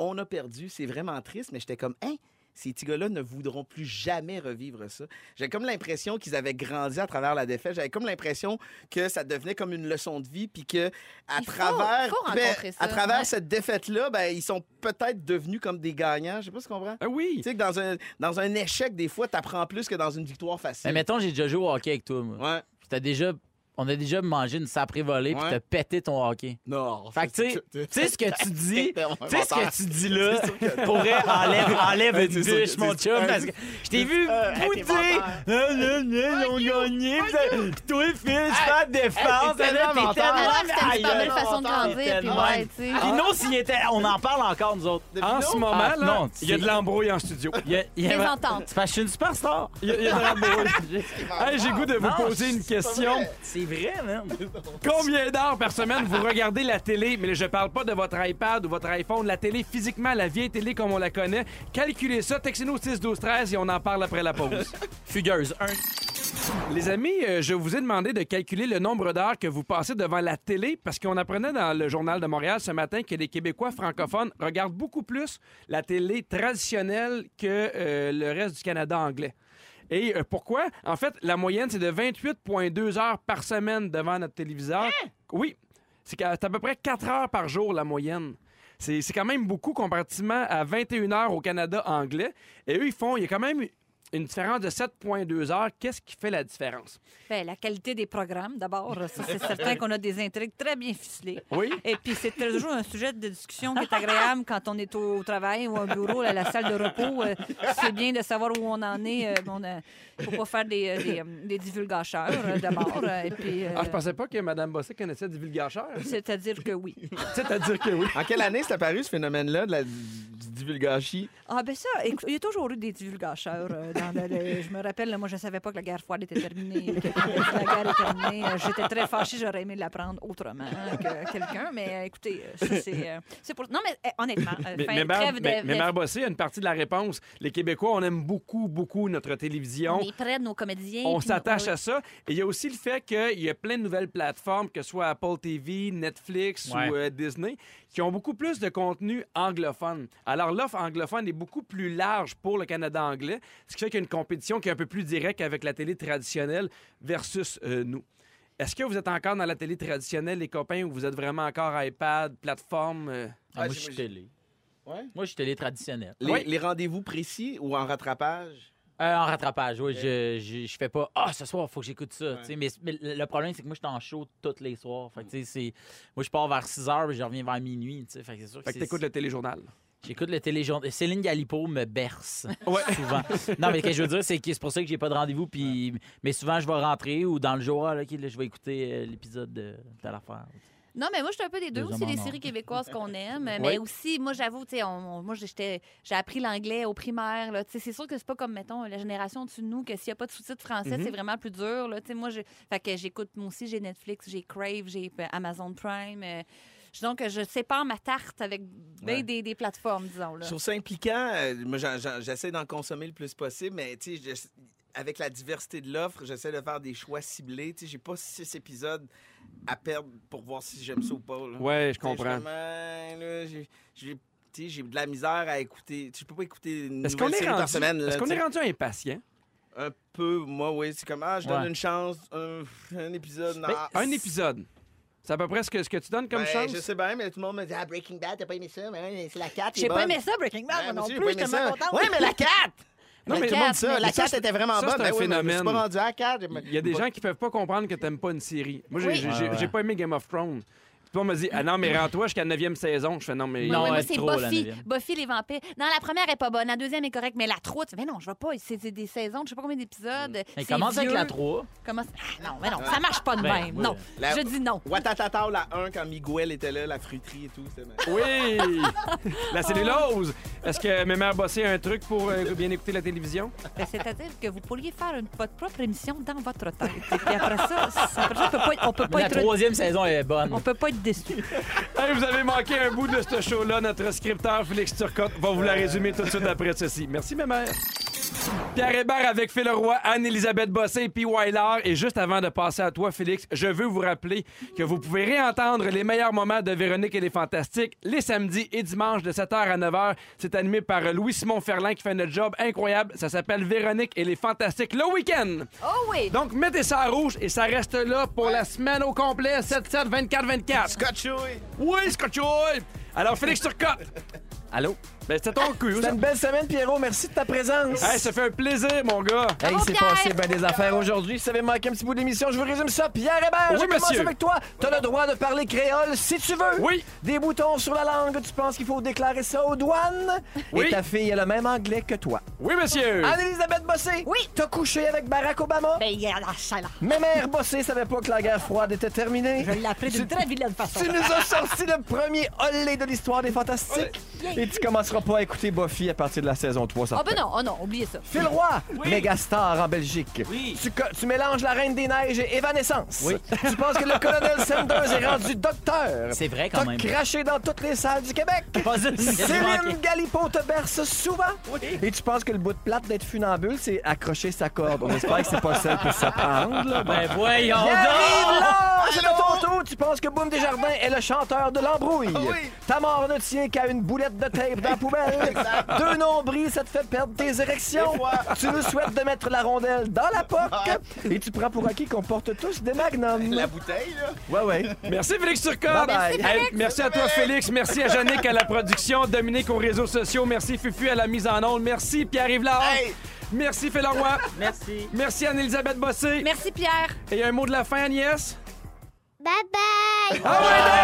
S3: on a perdu. C'est vraiment triste, mais j'étais comme, hein, ces petits gars-là ne voudront plus jamais revivre ça. J'avais comme l'impression qu'ils avaient grandi à travers la défaite. J'avais comme l'impression que ça devenait comme une leçon de vie, puis que à
S6: Il faut-
S3: travers,
S6: faut
S3: ben,
S6: rencontrer ça,
S3: à travers
S6: ouais.
S3: cette défaite-là, ben, ils sont peut-être devenus comme des gagnants. Je sais pas si tu comprends.
S2: Ah oui!
S3: Tu sais que dans un, dans un échec, des fois, t'apprends plus que dans une victoire
S1: Mais
S3: facile.
S1: Ben, mettons, j'ai déjà joué au hockey avec toi, moi.
S3: Ouais.
S1: Puis t'as déjà. On a déjà mangé une saprée volée, puis
S3: Ouais.
S1: t'as pété ton hockey.
S3: Non.
S1: Fait que, tu sais- tu sais ce que tu dis,
S3: T'es un
S1: tu sais ce
S3: menteur.
S1: que tu dis là,
S3: C'est sûr que-
S1: pour vrai, enlève, enlève
S3: Ouais,
S1: une
S3: c'est sûr que-
S1: bûche, mon
S3: c'est-
S1: chum,
S3: ouais,
S1: parce que je t'ai vu
S3: Euh,
S1: bouder,
S3: t'es menteur.
S1: Ah, là, là, ils ont gagné, pis ça- pis toi, fils, pas de défense,
S3: t'es
S1: là,
S3: tellement
S1: t'es
S3: menteur.
S6: Ah, non, c'était une
S1: tellement...
S6: super belle
S1: ailleurs.
S6: façon de grandir, puis
S1: tellement-
S6: ouais, tu sais.
S3: Ah,
S1: Puis non, s'il était... On en parle encore, nous autres.
S3: Depuis
S2: En
S3: là,
S2: ce moment,
S1: Ah,
S2: là,
S1: non,
S2: il y a de
S1: c'est-
S2: l'embrouille en studio.
S1: Il y a- il y a-
S6: Des ententes.
S1: C'est parce que je suis une superstar.
S2: Il y a, il y a de l'embrouille. hey, j'ai goût de vous
S1: Non,
S2: poser une
S1: c'est pas
S2: question.
S1: vrai. C'est vrai, man.
S2: Combien d'heures par semaine vous regardez la télé? Mais je parle pas de votre iPad ou votre iPhone, la télé physiquement, la vieille télé comme on la connaît. Calculez ça, textez-nous 6 12 13 et on en parle après la pause.
S1: Fugueuse, un.
S2: Les amis, euh, je vous ai demandé de calculer le nombre d'heures que vous passez devant la télé parce qu'on apprenait dans le journal de Montréal ce matin que les Québécois francophones regardent beaucoup plus la télé traditionnelle que euh, le reste du Canada anglais. Et euh, pourquoi? En fait, la moyenne, c'est de 28,2 heures par semaine devant notre téléviseur.
S7: Hein?
S2: Oui, c'est qu'à- c'est à peu près 4 heures par jour, la moyenne. C'est c'est quand même beaucoup comparativement à 21 heures au Canada anglais. Et eux, ils font, il y a quand même une différence de 7,2 heures. Qu'est-ce qui fait la différence?
S7: Ben, la qualité des programmes, d'abord. Ça, c'est certain qu'on a des intrigues très bien ficelées.
S2: Oui?
S7: Et puis, c'est toujours un sujet de discussion qui est agréable quand on est au, au travail ou au bureau, à la salle de repos. Euh, c'est bien de savoir où on en est. Il ne faut pas faire des, euh, des, euh, des divulgateurs, euh, d'abord. Euh, Et puis, euh,
S2: Ah, je pensais pas que Mme Bossé connaissait du vulgacheur.
S7: c'est-à-dire que oui.
S2: C'est-à-dire que oui.
S3: En quelle année c'est apparu ce phénomène-là de la, du divulgachis?
S7: Ah ben ça, écoute, il y a toujours eu des divulgateurs. euh, dans le- le- je me rappelle, là, moi, je ne savais pas que la guerre froide était terminée. que quand la guerre est terminée, euh, j'étais très fâchée, j'aurais aimé l'apprendre autrement hein, que quelqu'un. Mais euh, écoutez, euh, ça, c'est... euh, c'est pour... Non, mais euh, honnêtement, euh,
S2: Mais,
S7: fin,
S2: mais, Mère-
S7: trêve de-
S2: mais- mais
S7: de-
S2: Mère Bossé a une partie de la réponse. Les Québécois, on aime beaucoup, beaucoup notre télévision.
S6: est près de nos comédiens.
S2: On
S6: puis
S2: s'attache
S6: nos-
S2: à ça. Et il y a aussi le fait qu'il y a plein de nouvelles plateformes, que ce soit Apple TV, Netflix
S1: Ouais.
S2: ou euh, Disney, qui ont beaucoup plus de contenu anglophone. Alors l'offre anglophone est beaucoup plus large pour le Canada anglais, ce qui fait qu'il y a une compétition qui est un peu plus directe avec la télé traditionnelle versus euh, nous. Est-ce que vous êtes encore dans la télé traditionnelle, les copains, ou vous êtes vraiment encore iPad, plateforme? euh?
S1: Ah,
S3: Ah,
S1: moi, je suis
S3: j'imagine.
S1: télé.
S3: Ouais.
S1: Moi, je suis télé traditionnelle.
S3: Les,
S2: Oui.
S3: les rendez-vous précis ou en rattrapage?
S1: Euh, en rattrapage, oui. Je, je, je fais pas Ah, ce soir, faut que j'écoute ça. tu sais, Mais, mais le le problème, c'est que moi, je suis en show tous les soirs. Fait que, tu sais, c'est- moi, je pars vers 6 h et je reviens vers minuit. tu sais. Fait que c'est sûr
S2: Fait que
S1: c'est-
S2: t'écoutes le téléjournal.
S1: J'écoute le téléjournal. Céline Galipo me berce
S2: Ouais.
S1: souvent. non, mais ce que je veux dire, c'est que c'est pour ça que j'ai pas de rendez-vous. Puis, mais souvent, je vais rentrer ou dans le jour, ah, là, OK, là, je vais écouter euh, l'épisode de, de l'affaire.
S6: Non, mais moi, je suis un peu des deux.
S1: Deux
S6: aussi
S1: hommes en
S6: des
S1: or.
S6: séries québécoises qu'on aime.
S2: Oui.
S6: Mais aussi, moi, j'avoue, tu sais, on- on- moi, j'étais- j'ai appris l'anglais au primaire. là. Tu sais, C'est sûr que c'est pas comme, mettons, la génération au-dessus de nous, que s'il n'y a pas de sous-titres français,
S3: Mm-hmm.
S6: c'est vraiment plus dur. Là. Tu sais, Moi, j'ai- fait que j'écoute, moi aussi, j'ai Netflix, j'ai Crave, j'ai euh, Amazon Prime. euh, je- donc, je sépare ma tarte avec ben
S3: Ouais.
S6: des, des plateformes, disons. Là.
S3: Je trouve ça impliquant. Euh, moi, j'en- j'en- j'essaie d'en consommer le plus possible, mais tu sais, j'ess- avec la diversité de l'offre, j'essaie de faire des choix ciblés. Tu sais, j'ai pas six épisodes à perdre pour voir si j'aime ça ou pas. là.
S2: Ouais, je
S3: Tu sais,
S2: comprends.
S3: justement, là, j'ai- j'ai- tu sais, j'ai de la misère à écouter. Tu sais, Je peux pas écouter une
S2: Est-ce qu'on
S3: nouvelle
S2: est,
S3: série
S2: rendu-
S3: par semaine. là,
S2: est-ce qu'on
S3: tu sais.
S2: est rendu impatient?
S3: Un peu, moi, oui. C'est comme, ah, je donne
S1: Ouais.
S3: une chance, un, un épisode. non.
S2: Ben, Un épisode. C'est à peu près ce que, ce que tu donnes comme
S3: Ben,
S2: chance?
S3: Je sais bien, mais tout le monde me dit, ah, Breaking Bad, t'as pas aimé ça, mais ouais, c'est la 4.
S7: J'ai pas aimé ça, Breaking Bad, moi non plus. J'étais tellement contente.
S3: Oui, mais la 4!
S2: Non,
S3: Non,
S2: mais-
S3: mais tout le monde dit ça.
S2: mais
S3: La
S2: ça,
S3: 4
S2: c'est-
S3: était
S2: ça,
S3: vraiment bonne.
S2: c'est un
S3: Ben oui, mais je me suis
S2: phénomène.
S3: pas rendu à la 4.
S2: Il y a des gens qui peuvent pas comprendre que t'aimes pas une série. Moi, j'ai
S6: Oui.
S2: j'ai-
S1: Ouais,
S2: j'ai-
S1: ouais.
S2: j'ai pas aimé Game of Thrones. Puis on me dit, ah non, mais rends-toi jusqu'à la 9e saison. Je fais, non, mais.
S6: Ouais, ouais,
S1: Non,
S6: moi,
S1: elle
S6: c'est
S1: trop, la
S6: Buffy.
S1: neuvième.
S6: Buffy les vampires. Non, la première est pas bonne. La deuxième est correcte, mais la trois, tu mais non, je vais pas. C'est c'est des saisons, je sais pas combien d'épisodes.
S1: Hmm. Mais
S6: c'est
S1: commence avec
S6: vieux.
S1: la 3.
S6: Comment ça- Ah, non, mais non, ça marche pas de
S1: Ben,
S6: même.
S1: oui.
S6: Non,
S3: La-
S6: je dis non.
S3: Watatata, la 1, quand Miguel était là, la fruiterie et tout. c'était bien.
S2: Oui! la cellulose! Est-ce que mes mères bossées a un truc pour euh, bien écouter la télévision?
S7: Ben, C'est-à-dire que vous pourriez faire une, votre propre émission dans votre tête. Et puis après ça, ça- après ça, on peut pas,
S6: Ah,
S7: on peut pas
S1: La
S7: être...
S1: troisième saison elle est bonne.
S7: On peut pas être déçu.
S2: Hey, vous avez manqué un bout de ce show-là. Notre scripteur Félix Turcotte va vous la résumer tout de suite après ceci. Merci, mes mères. Pierre Hébert avec Phil Roy, Anne-Élisabeth Bossé et P. Wyler. Et juste avant de passer à toi, Félix, je veux vous rappeler que vous pouvez réentendre les meilleurs moments de Véronique et les Fantastiques les samedis et dimanches de 7h à 9h. C'est animé par Louis-Simon Ferland qui fait notre job incroyable. Ça s'appelle Véronique et les Fantastiques le week-end.
S6: Oh oui!
S2: Donc, mettez ça en rouge et ça reste là pour la semaine au complet, 7-7-24-24.
S3: Scotchouille!
S2: Oui, Scotchoy! Alors, Félix Turcotte! Allô? Ben, c'était ton cul.
S11: C'était
S2: Ça...
S11: une belle semaine, Pierrot. Merci de ta présence.
S2: Hey, ça fait un plaisir, mon gars!
S11: Hey,
S6: Bravo,
S11: c'est
S6: Pierre.
S11: passé bien des affaires aujourd'hui. Si vous avez manqué un petit bout d'émission, je vous résume ça. Pierre Hébert,
S2: Oui,
S11: je commence
S2: monsieur.
S11: avec toi. T'as le droit de parler créole si tu veux.
S2: Oui.
S11: Des boutons sur la langue, tu penses qu'il faut déclarer ça aux douanes.
S2: Oui.
S11: Et ta fille a le même anglais que toi.
S2: Oui, monsieur!
S11: Anne-Elisabeth Bossé.
S7: Oui.
S11: T'as couché avec Barack Obama.
S7: Ben, il y a la chaleur.
S11: Mes mères Bossé savaient pas que la guerre froide était terminée.
S7: Je l'ai appris d'une très vilaine façon.
S11: Tu nous as sorti le premier olé de l'histoire des fantastiques. Et tu commenceras pas à écouter Buffy à partir de la saison 3. ça
S7: Ah,
S11: te
S7: ben non, oh non, oubliez ça.
S11: Phil Roy,
S7: Oui.
S11: mégastar en Belgique. Tu, co- tu mélanges la Reine des Neiges et Evanescence.
S1: Oui.
S11: Tu penses que le colonel Sanders est rendu docteur.
S1: C'est vrai, quand
S11: T'as
S1: même.
S11: craché dans toutes les salles du Québec.
S1: Pas une seule manquée.
S11: Céline Galipo te berce souvent. Et tu penses que le bout de plate d'être funambule, c'est accrocher sa corde. On espère que c'est pas celle pour s'apprendre. là.
S1: Ben voyons
S11: Il
S1: donc!
S11: arrive, là! C'est le tonto! Tu penses que Boom Desjardins est le chanteur de l'embrouille? Ta mort ne tient qu'à une boulette de tape dans la poubelle. Deux nombrils, ça te fait perdre tes érections. Tu nous souhaites de mettre la rondelle dans la poque. Et tu prends pour acquis qu'on porte tous des magnums.
S3: La bouteille, là.
S11: Ouais, ouais.
S2: Merci Félix Turcotte.
S11: Bye-bye. Merci, Félix.
S2: Hey, merci à toi Félix. Merci à Yannick à la production, Dominique aux réseaux sociaux. Merci Fufu à la mise en onde. Merci Pierre-Yves Lahore. Merci Féleroy.
S1: Merci.
S2: Merci Anne-Elisabeth Bossé.
S6: Merci Pierre.
S2: Et un mot de la fin Agnès.
S8: Bye bye.
S2: Ah ouais,